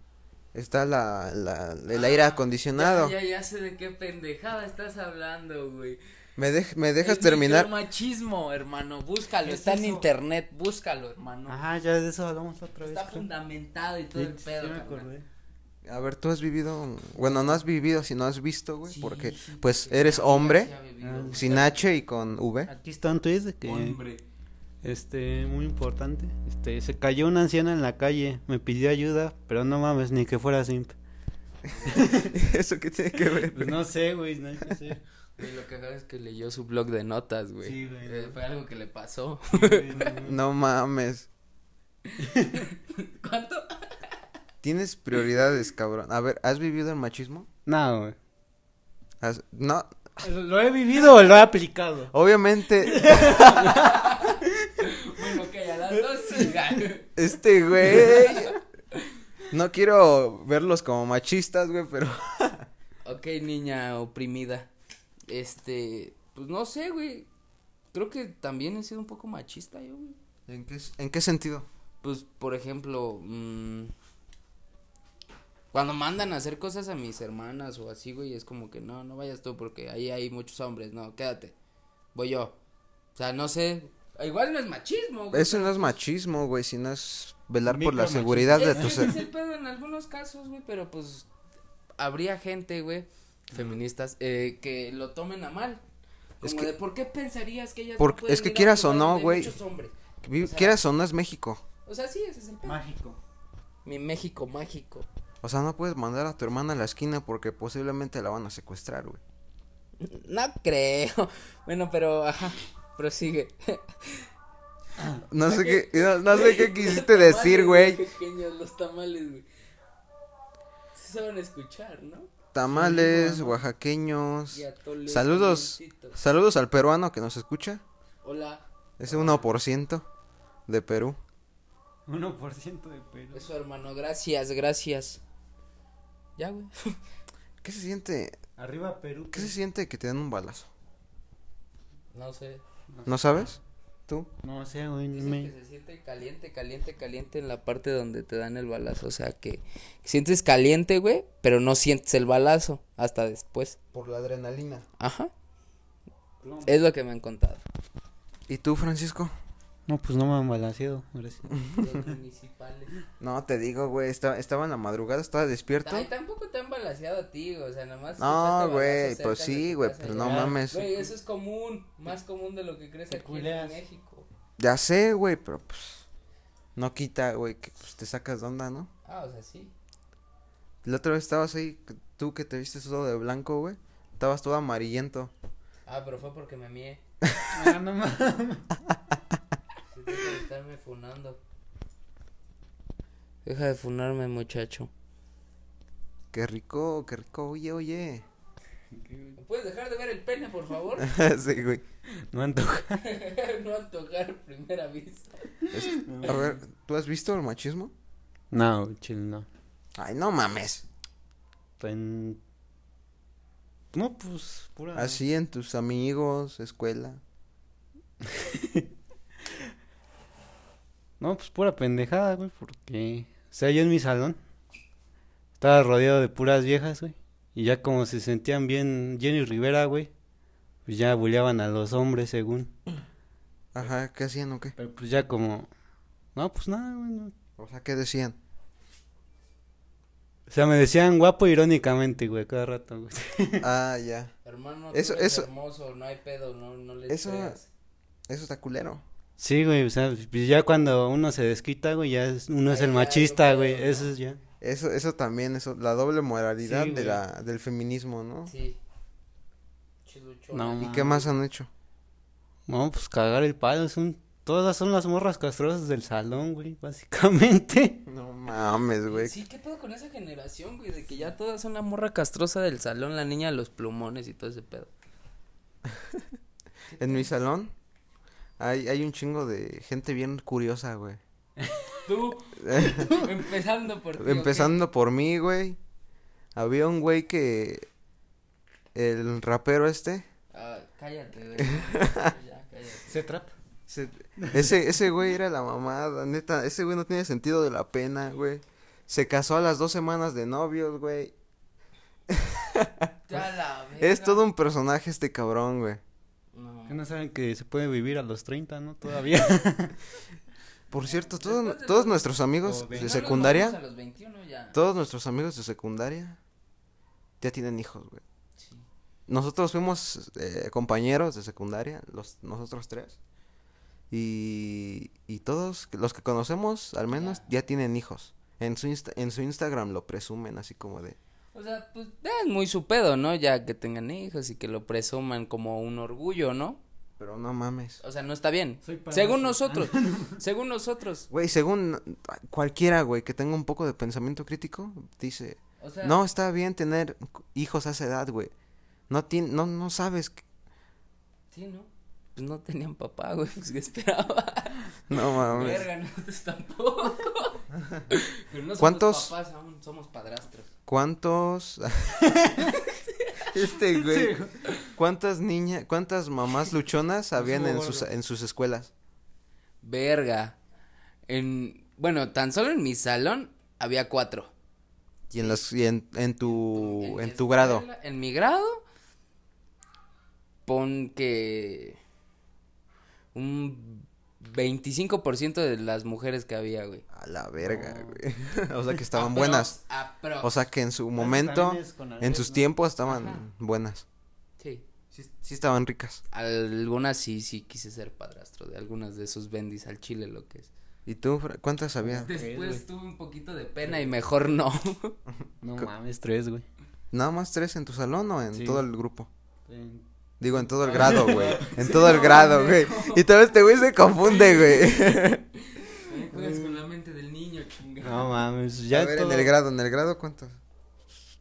Speaker 1: está la, la- el aire acondicionado.
Speaker 3: Ah, Ya, ya, ya sé de qué pendejada estás hablando, güey.
Speaker 1: ¿Me, dej- ¿Me dejas
Speaker 3: El
Speaker 1: terminar?
Speaker 3: micromachismo, hermano, búscalo.
Speaker 2: ¿Qué es
Speaker 3: Está en
Speaker 2: eso?
Speaker 3: internet, búscalo, hermano.
Speaker 2: Ajá, Ah, ya de eso hablamos la otra vez.
Speaker 3: Está
Speaker 2: creo.
Speaker 3: fundamentado y todo
Speaker 2: Sí,
Speaker 3: el
Speaker 2: sí,
Speaker 3: pedo.
Speaker 2: me
Speaker 3: carnal.
Speaker 2: acordé.
Speaker 1: A ver, tú has vivido, bueno, no has vivido, sino has visto, güey,
Speaker 3: Sí,
Speaker 1: porque
Speaker 3: sí,
Speaker 1: pues
Speaker 3: porque
Speaker 1: eres
Speaker 3: mi amiga sí
Speaker 1: hombre,
Speaker 3: ha vivido.
Speaker 1: sin H y con V. [laughs]
Speaker 2: Aquí está un tuit de que,
Speaker 3: Hombre.
Speaker 2: este, muy importante, este, se cayó una anciana en la calle, me pidió ayuda, pero no mames, ni que fuera simp.
Speaker 1: ¿Eso qué tiene que ver?
Speaker 2: Pues no sé, güey, no hay que ser.
Speaker 3: Güey, lo que sabes es que leyó su blog de notas, güey.
Speaker 2: Sí, güey.
Speaker 3: Eh, fue algo que le [laughs] pasó.
Speaker 1: No mames.
Speaker 3: ¿Cuánto?
Speaker 1: Tienes prioridades, cabrón. A ver, ¿has vivido el machismo?
Speaker 2: [laughs] No, güey.
Speaker 1: ¿Has- No,
Speaker 2: [laughs] ¿Lo he vivido o lo
Speaker 1: [laughs]
Speaker 2: he aplicado?
Speaker 1: obviamente, [laughs]
Speaker 3: Bueno, ok, a las [laughs] dos. sí, ya.
Speaker 1: este güey. No quiero verlos como machistas, güey, pero.
Speaker 3: ok, niña oprimida. Este, pues no sé, güey. Creo que también he sido un poco machista yo, güey.
Speaker 1: ¿En qué, en qué sentido?
Speaker 3: Pues, por ejemplo, mm, cuando mandan a hacer cosas a mis hermanas o así, güey, es como que no, no vayas tú porque ahí hay muchos hombres, no, quédate, voy yo. O sea, no sé, igual no es machismo, güey.
Speaker 1: Eso no es machismo, güey, sino es velar por la
Speaker 2: Micromachismo.
Speaker 1: seguridad de
Speaker 3: [laughs] Es que
Speaker 1: tus.
Speaker 3: ese es el pedo en algunos casos, güey, pero pues habría gente, güey, feministas, eh, que lo tomen a mal. Como
Speaker 1: Es que-
Speaker 3: de, ¿por qué pensarías que ellas
Speaker 1: Porque-
Speaker 3: pueden
Speaker 1: es que
Speaker 3: ir a
Speaker 1: quieras
Speaker 3: un
Speaker 1: o
Speaker 3: lugar
Speaker 1: no,
Speaker 3: donde hay
Speaker 1: güey.
Speaker 3: muchos hombres?
Speaker 1: Vi-
Speaker 3: o sea-
Speaker 1: Quieras o no es México.
Speaker 3: O sea, sí, ese es el pedo.
Speaker 2: Mágico.
Speaker 3: Mi México mágico. [laughs]
Speaker 1: O sea, no puedes mandar a tu hermana a la esquina porque posiblemente la van a secuestrar, güey.
Speaker 3: No creo. Bueno, pero ajá, prosigue.
Speaker 1: No sé qué, no, no sé
Speaker 3: [laughs]
Speaker 1: qué [laughs] quisiste decir, güey.
Speaker 3: Pequeños los tamales, güey. Sí se van a escuchar, ¿no?
Speaker 1: Tamales, oaxaqueños.
Speaker 3: Y atoles
Speaker 1: Saludos.
Speaker 3: calientitos.
Speaker 1: Saludos al peruano que nos escucha.
Speaker 3: Hola,
Speaker 1: Ese 1% de Perú.
Speaker 2: 1% de pelo.
Speaker 3: eso hermano, gracias, gracias. Ya, güey.
Speaker 1: ¿Qué se siente?
Speaker 2: Arriba Perú.
Speaker 1: ¿Qué se siente que te den un balazo?
Speaker 3: No sé.
Speaker 1: ¿No sabes? ¿Tú?
Speaker 2: No sé, güey.
Speaker 3: Dicen
Speaker 2: me-
Speaker 3: que se siente caliente, caliente, caliente en la parte donde te dan el balazo. O sea que sientes caliente, güey, pero no sientes el balazo hasta después.
Speaker 1: Por la adrenalina.
Speaker 3: Ajá. Es lo que me han
Speaker 2: [laughs]
Speaker 3: contado.
Speaker 1: ¿Y tú, Francisco?
Speaker 2: No, pues no me han balanceado, gracias.
Speaker 3: Los municipales.
Speaker 1: No, te digo, güey, estaba, estaba en la madrugada, estaba despierto.
Speaker 3: Ay, tampoco te han balaseado a ti, güey, o sea, nada más.
Speaker 1: No, güey,
Speaker 3: escuchaste balazos
Speaker 1: pues
Speaker 3: cerca de
Speaker 1: sí,
Speaker 3: tu
Speaker 1: güey,
Speaker 3: casa
Speaker 1: pero
Speaker 3: y
Speaker 1: no
Speaker 3: ya.
Speaker 1: mames.
Speaker 3: Güey, eso es común, más común de lo que crees
Speaker 2: Te
Speaker 3: aquí
Speaker 2: culeas.
Speaker 3: en México.
Speaker 1: Ya sé, güey, pero pues. No quita, güey, que pues, te sacas de onda, ¿no?
Speaker 3: Ah, o sea, sí.
Speaker 1: La otra vez estabas ahí, que- tú que te viste todo de blanco, güey. Estabas todo amarillento.
Speaker 3: Ah, pero fue porque me mié.
Speaker 2: Ah, no mames.
Speaker 3: Siento que estarme funando. Deja de funarme, muchacho.
Speaker 1: Qué rico, qué rico, oye, oye. [laughs]
Speaker 3: ¿Me puedes dejar de ver el pene, por favor? [laughs]
Speaker 1: sí, güey.
Speaker 2: No antoja.
Speaker 3: no antojar primera vista.
Speaker 1: Es- a ver, ¿tú has visto el machismo?
Speaker 2: No, güey, chile, no.
Speaker 1: Ay, no mames.
Speaker 2: Tan- No, pues, pura.
Speaker 1: Así en tus amigos, escuela.
Speaker 2: No, pues pura pendejada, güey, porque. O sea, yo en mi salón estaba rodeado de puras viejas, güey. Y ya como se sentían bien Jenny Rivera, güey, pues ya buleaban a los hombres, según.
Speaker 1: Ajá, ¿qué hacían o qué?
Speaker 2: Pero pues ya como. No, pues nada, güey. no.
Speaker 1: O sea, ¿qué decían?
Speaker 2: O sea, me decían guapo irónicamente, güey, cada rato, güey. [laughs]
Speaker 1: Ah, ya.
Speaker 3: Hermano,
Speaker 1: Eso-
Speaker 3: tú eres
Speaker 1: eso-
Speaker 3: hermoso, no hay pedo, no, no le
Speaker 1: Eso-
Speaker 3: creas.
Speaker 1: Eso está culero.
Speaker 2: Sí, güey, o sea, pues ya cuando uno se desquita, güey, ya es- uno es el machista, güey, eso es ya.
Speaker 1: Eso, eso también, eso, la doble moralidad
Speaker 2: Sí,
Speaker 1: de
Speaker 2: güey.
Speaker 1: la, del feminismo, ¿no?
Speaker 3: Sí. Chiluchona.
Speaker 2: No,
Speaker 1: ¿Y qué más
Speaker 2: mames.
Speaker 1: han hecho?
Speaker 2: No, pues cagar el palo, son, todas son las morras castrosas del salón, güey, [laughs] básicamente.
Speaker 1: No mames, güey.
Speaker 3: Sí, ¿qué pedo con esa generación, güey? De que ya todas son la morra castrosa del salón, la niña de los plumones y todo ese pedo.
Speaker 1: En mi salón hay, hay un chingo de gente bien curiosa, güey.
Speaker 3: Tú,
Speaker 1: [laughs]
Speaker 3: empezando por ti. ¿o qué?
Speaker 1: Empezando por mí, güey. Había un güey que... El rapero este.
Speaker 3: Ah, cállate, güey. Ya, cállate.
Speaker 2: ¿Se trap?
Speaker 1: se- ese, ese güey era la mamada, neta. Ese güey no tiene sentido de la pena, güey. Se casó a las dos semanas de novios, güey.
Speaker 3: Ya la verga.
Speaker 1: Es todo un personaje este cabrón, güey.
Speaker 3: No.
Speaker 2: Que no saben que se puede vivir a los 30, ¿no? Todavía.
Speaker 1: Por cierto,
Speaker 3: Después
Speaker 1: todos,
Speaker 3: de
Speaker 1: todos
Speaker 3: los-
Speaker 1: nuestros amigos
Speaker 2: o
Speaker 1: de
Speaker 2: veinte.
Speaker 3: No,
Speaker 1: secundaria,
Speaker 3: nos vamos a los 21 ya.
Speaker 1: todos nuestros amigos de secundaria ya tienen hijos, güey.
Speaker 3: Sí.
Speaker 1: Nosotros fuimos eh, compañeros de secundaria, los nosotros tres. Y, y todos los que conocemos, al menos, ya tienen hijos. En su, Insta- en su Instagram lo presumen así como de...
Speaker 3: O sea, pues ya es muy su pedo, ¿no? Ya que tengan hijos y que lo presuman como un orgullo, ¿no?
Speaker 1: Pero no mames.
Speaker 3: O sea, no está bien.
Speaker 2: Soy para
Speaker 3: Según
Speaker 2: eso. [laughs] Ah,
Speaker 3: nosotros, según nosotros.
Speaker 1: Güey, según cualquiera, güey, que tenga un poco de pensamiento crítico, dice...
Speaker 3: O sea,
Speaker 1: No está bien tener hijos a esa edad, güey. No, tien- no, no sabes. qué-
Speaker 3: Sí, ¿no? Pues no tenían papá, güey, pues que esperaba.
Speaker 1: No mames.
Speaker 3: Verga, nosotros
Speaker 2: [laughs]
Speaker 3: tampoco. Pero no somos
Speaker 1: ¿Cuántos?
Speaker 3: papás aún, somos padrastros.
Speaker 2: [laughs]
Speaker 1: ¿Cuántos? este güey. ¿Cuántas niñas, cuántas mamás luchonas habían en sus, en sus escuelas?
Speaker 3: Verga. En, bueno, tan solo en mi salón había cuatro.
Speaker 1: Y en las, y en, en tu,
Speaker 3: mi
Speaker 1: en tu
Speaker 3: escuela-
Speaker 1: grado.
Speaker 3: En mi grado, pon que un 25% de las mujeres que había, güey.
Speaker 1: A la verga, güey. [laughs] o sea que estaban buenas.
Speaker 3: Aprox.
Speaker 1: O sea que en su momento,
Speaker 2: también es con
Speaker 1: en
Speaker 2: Andrés,
Speaker 1: sus
Speaker 2: ¿no?
Speaker 1: tiempos estaban buenas.
Speaker 3: Sí.
Speaker 1: Sí, sí estaban ricas.
Speaker 3: Algunas sí, sí quise ser padrastro de algunas de esos bendis al chile, lo que es.
Speaker 1: ¿Y tú, Fra- cuántas
Speaker 2: Este
Speaker 1: había?
Speaker 3: Después tuve un poquito de pena y mejor [laughs] no.
Speaker 2: No mames, tres, güey.
Speaker 1: ¿Nada más tres en tu salón o en
Speaker 2: Sí.
Speaker 1: todo el grupo?
Speaker 2: En- Ah.
Speaker 1: Digo, en todo el grado,
Speaker 2: [laughs]
Speaker 1: güey. En todo el grado, güey. Y tal vez este güey se confunde,
Speaker 2: [laughs]
Speaker 1: güey.
Speaker 3: Juegas con la mente del niño, [laughs] chingada.
Speaker 2: No mames, ya
Speaker 1: A ver, en
Speaker 2: todo-
Speaker 1: el grado, ¿en el grado cuántos?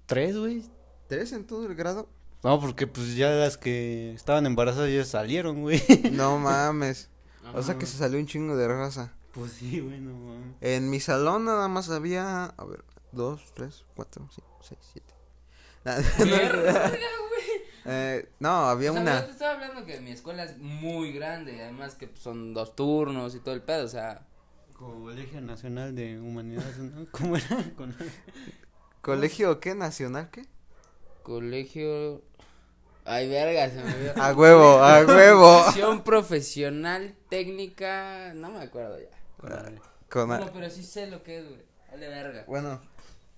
Speaker 2: tres, güey.
Speaker 1: ¿Tres en todo el grado?
Speaker 2: No, porque pues ya las que estaban embarazadas ya salieron, güey.
Speaker 1: [laughs]
Speaker 2: [laughs]
Speaker 1: No mames. O sea que se salió un chingo de raza.
Speaker 2: Pues sí, güey, no mames.
Speaker 1: En mi salón nada más había, a ver, dos, tres, cuatro, cinco, seis, siete. [laughs] Na- [laughs]
Speaker 3: Verga, güey.
Speaker 1: Eh, no, había
Speaker 3: O sea,
Speaker 1: una.
Speaker 3: yo te estaba hablando que mi escuela es muy grande, además que pues, son dos turnos y todo el pedo, o sea,
Speaker 2: Colegio Nacional de Humanidades, ¿no? [laughs] ¿Cómo era? Con-
Speaker 1: ¿Colegio qué? ¿Nacional [laughs] qué?
Speaker 3: colegio... Ay, verga, se me olvidó.
Speaker 1: [laughs] A huevo, a [laughs] huevo.
Speaker 3: Educación profesional, técnica, no me acuerdo ya.
Speaker 1: Con a-
Speaker 3: No, pero sí sé lo que es, güey. Dale verga.
Speaker 1: Bueno,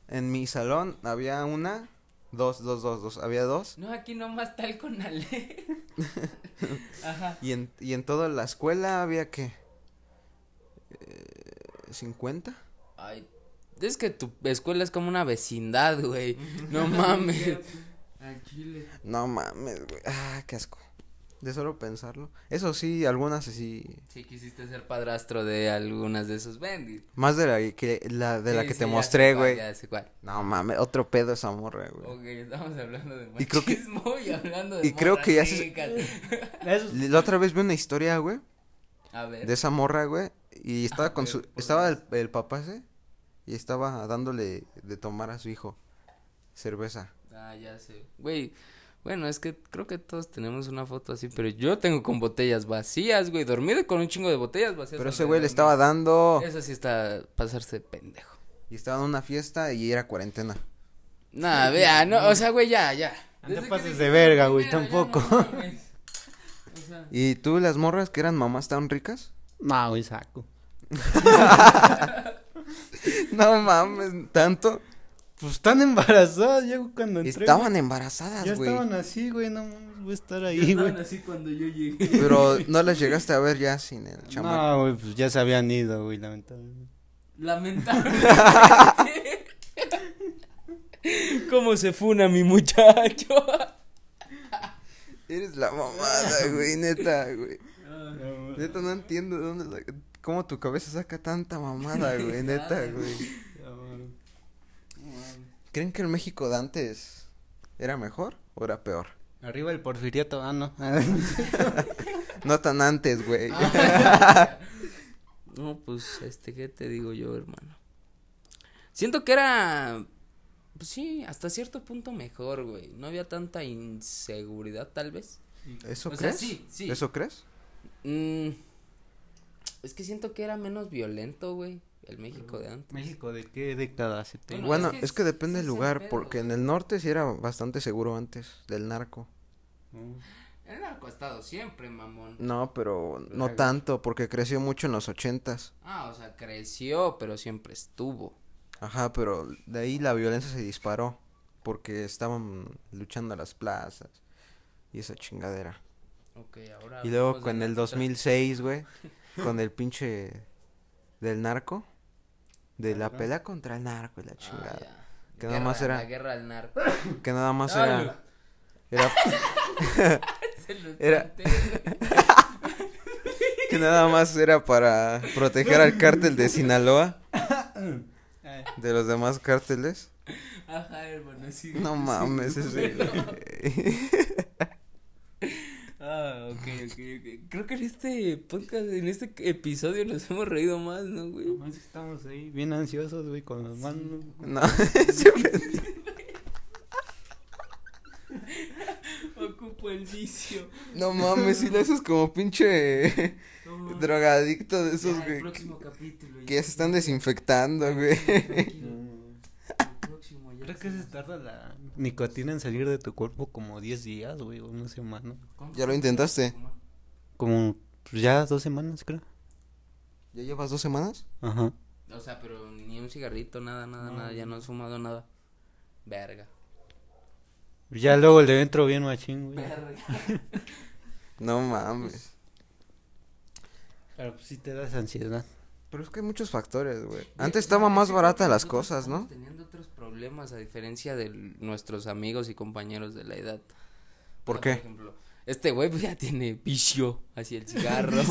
Speaker 1: en mi salón había una, dos, dos, dos, dos. Había dos.
Speaker 3: No, aquí nomás tal con Ale.
Speaker 1: [laughs]
Speaker 3: Ajá.
Speaker 1: Y en, y en toda la escuela había que... Eh, ¿50?
Speaker 3: Ay, es que tu escuela es como una vecindad, güey.
Speaker 1: [laughs]
Speaker 3: No
Speaker 1: pues,
Speaker 3: mames. Al chile.
Speaker 1: No mames, güey. Ah, qué asco. De solo pensarlo. Eso sí, algunas sí...
Speaker 3: Sí quisiste ser padrastro de algunas de esos bendis.
Speaker 1: Más de la que, la, de la
Speaker 3: Sí,
Speaker 1: que
Speaker 3: sí,
Speaker 1: te
Speaker 3: ya sé
Speaker 1: mostré,
Speaker 3: cuál,
Speaker 1: güey.
Speaker 3: ya sé cuál.
Speaker 1: No mames, otro pedo esa morra, güey.
Speaker 3: Ok, estamos hablando de
Speaker 1: Y creo que-
Speaker 3: machismo y, hablando de
Speaker 1: y creo que ya
Speaker 3: morras
Speaker 1: se-
Speaker 3: ricas.
Speaker 1: [laughs]
Speaker 2: Eso es-
Speaker 1: La otra vez vi una historia, güey,
Speaker 3: A ver.
Speaker 1: de esa morra, güey. Y estaba
Speaker 3: A
Speaker 1: con
Speaker 3: ver,
Speaker 1: su...
Speaker 3: Eh. Ah, por
Speaker 1: Estaba el, el papá, ¿sí? Y estaba dándole de tomar a su hijo cerveza.
Speaker 3: Ah, ya sé. Güey, bueno, es que creo que todos tenemos una foto así, pero yo tengo con botellas vacías, güey. Dormido con un chingo de botellas vacías.
Speaker 1: Pero ese güey le estaba
Speaker 3: alrededor
Speaker 1: dando...
Speaker 3: mío. Eso sí está pasarse de pendejo.
Speaker 1: Y estaba en una fiesta y era cuarentena.
Speaker 3: Nah, vea, no, o sea, güey, ya, ya.
Speaker 2: No te
Speaker 3: Desde que
Speaker 2: pases
Speaker 3: dije
Speaker 2: de verga,
Speaker 3: la
Speaker 2: güey,
Speaker 3: primera, ya
Speaker 2: tampoco.
Speaker 3: no mames.
Speaker 1: [laughs]
Speaker 3: O sea,
Speaker 1: ¿Y tú, las morras que eran mamás tan
Speaker 3: [laughs]
Speaker 1: ricas?
Speaker 2: No, güey, saco.
Speaker 1: No mames, tanto.
Speaker 2: Pues están embarazadas, ya güey, cuando entré.
Speaker 1: Estaban embarazadas,
Speaker 2: güey. Ya
Speaker 1: güey.
Speaker 2: estaban así, güey, no mames, voy a estar
Speaker 4: Ya
Speaker 2: ahí, güey.
Speaker 4: estaban así cuando yo llegué.
Speaker 3: [laughs]
Speaker 1: Pero no las llegaste a ver ya sin el chamán.
Speaker 2: No, güey, pues ya se habían ido, güey, lamentablemente.
Speaker 1: [laughs]
Speaker 4: Lamentablemente.
Speaker 3: [laughs] ¿Cómo se funa mi muchacho?
Speaker 1: Eres la mamada, güey, neta, güey.
Speaker 4: Ah,
Speaker 1: Neta, no entiendo dónde la- cómo tu cabeza saca tanta mamada, güey, neta, güey. ¿Creen que el México de antes era mejor o era peor?
Speaker 2: Arriba el porfiriato, ah, no.
Speaker 1: No tan antes, güey.
Speaker 4: Ah.
Speaker 3: No, pues, este, ¿qué te digo yo, hermano? Siento que era, pues sí, hasta cierto punto mejor, güey. No había tanta inseguridad, tal vez.
Speaker 1: ¿Eso
Speaker 4: O sea,
Speaker 1: crees?
Speaker 4: sí, sí.
Speaker 1: ¿Eso crees?
Speaker 3: Mm, es que siento que era menos violento, güey, el México de antes.
Speaker 2: México, ¿de qué década se te...
Speaker 4: Bueno,
Speaker 1: bueno,
Speaker 4: es
Speaker 1: es que,
Speaker 4: que es-
Speaker 1: depende
Speaker 4: es
Speaker 1: del
Speaker 4: el
Speaker 1: lugar,
Speaker 4: pedo,
Speaker 1: porque en el norte sí era bastante seguro antes del narco.
Speaker 3: El narco ha estado siempre, mamón.
Speaker 4: Mm.
Speaker 1: No, pero no
Speaker 2: Lagos.
Speaker 1: tanto, porque creció mucho en los ochentas.
Speaker 3: Ah, o sea, creció, pero siempre estuvo.
Speaker 1: Ajá, pero de ahí la violencia se disparó, porque estaban luchando a las plazas y esa chingadera.
Speaker 3: Ok, ahora.
Speaker 1: Y luego
Speaker 3: hablamos Ah, pues, de
Speaker 1: con el
Speaker 3: la otra.
Speaker 1: 2006,
Speaker 3: [laughs]
Speaker 1: güey, con el pinche del narco, de la pelea contra el narco y la
Speaker 3: Ah,
Speaker 1: chingada.
Speaker 3: ya.
Speaker 1: Que
Speaker 3: Guerra,
Speaker 1: nada más era-
Speaker 3: La guerra al narco.
Speaker 1: Que nada más
Speaker 4: Ah,
Speaker 1: era, era-
Speaker 3: Se lo [laughs]
Speaker 1: Era-
Speaker 3: conté, güey.
Speaker 1: que nada más era para proteger al cártel de
Speaker 3: [coughs]
Speaker 1: Sinaloa de los demás cárteles.
Speaker 4: Ajá, hermano, sí.
Speaker 1: No mames,
Speaker 3: [laughs]
Speaker 1: ese güey. [laughs]
Speaker 3: Ah, ok, ok, ok. Creo que en este podcast, en este episodio nos hemos reído más, ¿no, güey?
Speaker 2: Estamos ahí bien ansiosos, güey, con las manos.
Speaker 1: No, [laughs] ese pendejo.
Speaker 4: Ocupo el vicio.
Speaker 1: no mames, si lo haces como [laughs] pinche
Speaker 4: No mames.
Speaker 1: drogadicto de esos
Speaker 4: Ya, el
Speaker 1: güey,
Speaker 4: próximo capítulo. ya.
Speaker 1: que ya se están desinfectando, güey.
Speaker 4: Tranquilo,
Speaker 3: Mm.
Speaker 4: el próximo ya
Speaker 2: Creo que se
Speaker 4: está.
Speaker 2: tarda la nicotina en salir de tu cuerpo como 10 días, güey, o una semana.
Speaker 1: ¿Ya lo intentaste?
Speaker 2: Como pues, ya dos semanas, creo.
Speaker 1: ¿Ya llevas dos semanas?
Speaker 2: Ajá.
Speaker 3: O sea, pero ni un cigarrito, nada, nada, nada. Ya no has fumado nada. Verga.
Speaker 2: Ya luego le entro bien machín, güey.
Speaker 1: No mames.
Speaker 2: Pero pues sí te das ansiedad.
Speaker 1: Pero es que hay muchos factores, güey. Antes estaba más barata las cosas, ¿no?
Speaker 3: Teniendo otros problemas a diferencia de nuestros amigos y compañeros de la edad.
Speaker 1: ¿Por
Speaker 3: Ah,
Speaker 1: qué?
Speaker 3: ejemplo, este güey pues, ya tiene vicio hacia el
Speaker 1: [laughs]
Speaker 3: cigarro.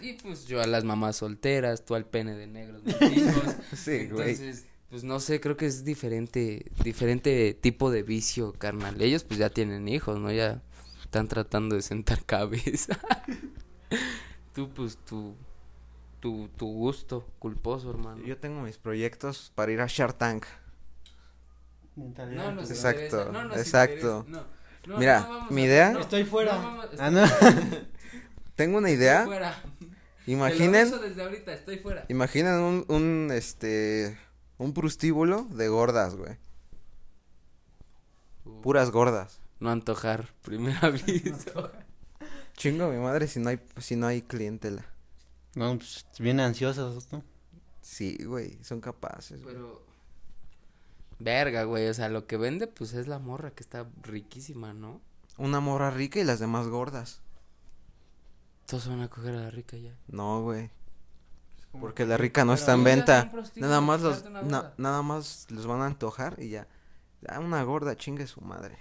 Speaker 3: y pues yo a las mamás solteras, tú al pene de negros. mendigos.
Speaker 1: Sí, güey.
Speaker 3: Entonces, pues no sé, creo que es diferente, diferente tipo de vicio, carnal. Ellos pues ya tienen hijos, ¿no? Ya están tratando de sentar [laughs] cabeza. tú pues tu, tu, tu gusto culposo, hermano.
Speaker 1: Yo tengo mis proyectos para ir a Shark Tank.
Speaker 3: No nos
Speaker 2: pues,
Speaker 1: Exacto,
Speaker 3: interesa, no nos
Speaker 1: exacto.
Speaker 3: interesa, no. No,
Speaker 1: Mira,
Speaker 3: no vamos
Speaker 1: mi
Speaker 3: a-
Speaker 1: idea-
Speaker 3: no,
Speaker 2: Estoy fuera.
Speaker 3: no vamos-
Speaker 2: Ah, no.
Speaker 1: Tengo una
Speaker 3: Estoy
Speaker 1: idea.
Speaker 3: fuera. Te lo
Speaker 1: Imaginen,
Speaker 3: aviso desde ahorita, estoy fuera.
Speaker 1: imaginen un, un, este, un prostíbulo de gordas, güey. Puras gordas.
Speaker 3: No antojar, [laughs] primer aviso.
Speaker 1: Chingo a mi madre si no hay, si no hay clientela.
Speaker 2: No, pues bien ansiosos, ¿no?
Speaker 1: Sí, güey, son capaces, güey.
Speaker 3: Pero. Verga, güey. O sea, lo que vende, pues es la morra que está riquísima, ¿no?
Speaker 1: Una morra rica y las demás gordas.
Speaker 3: Todos van a coger a la rica ya.
Speaker 1: No, güey. Porque la rica no está
Speaker 3: Pero
Speaker 1: en
Speaker 3: mira,
Speaker 1: venta.
Speaker 3: un prostíbulo,
Speaker 1: Nada más los,
Speaker 3: quitarte una
Speaker 1: na-
Speaker 3: gorda.
Speaker 1: nada más los van a antojar y ya. Ah, una gorda, chingue su madre.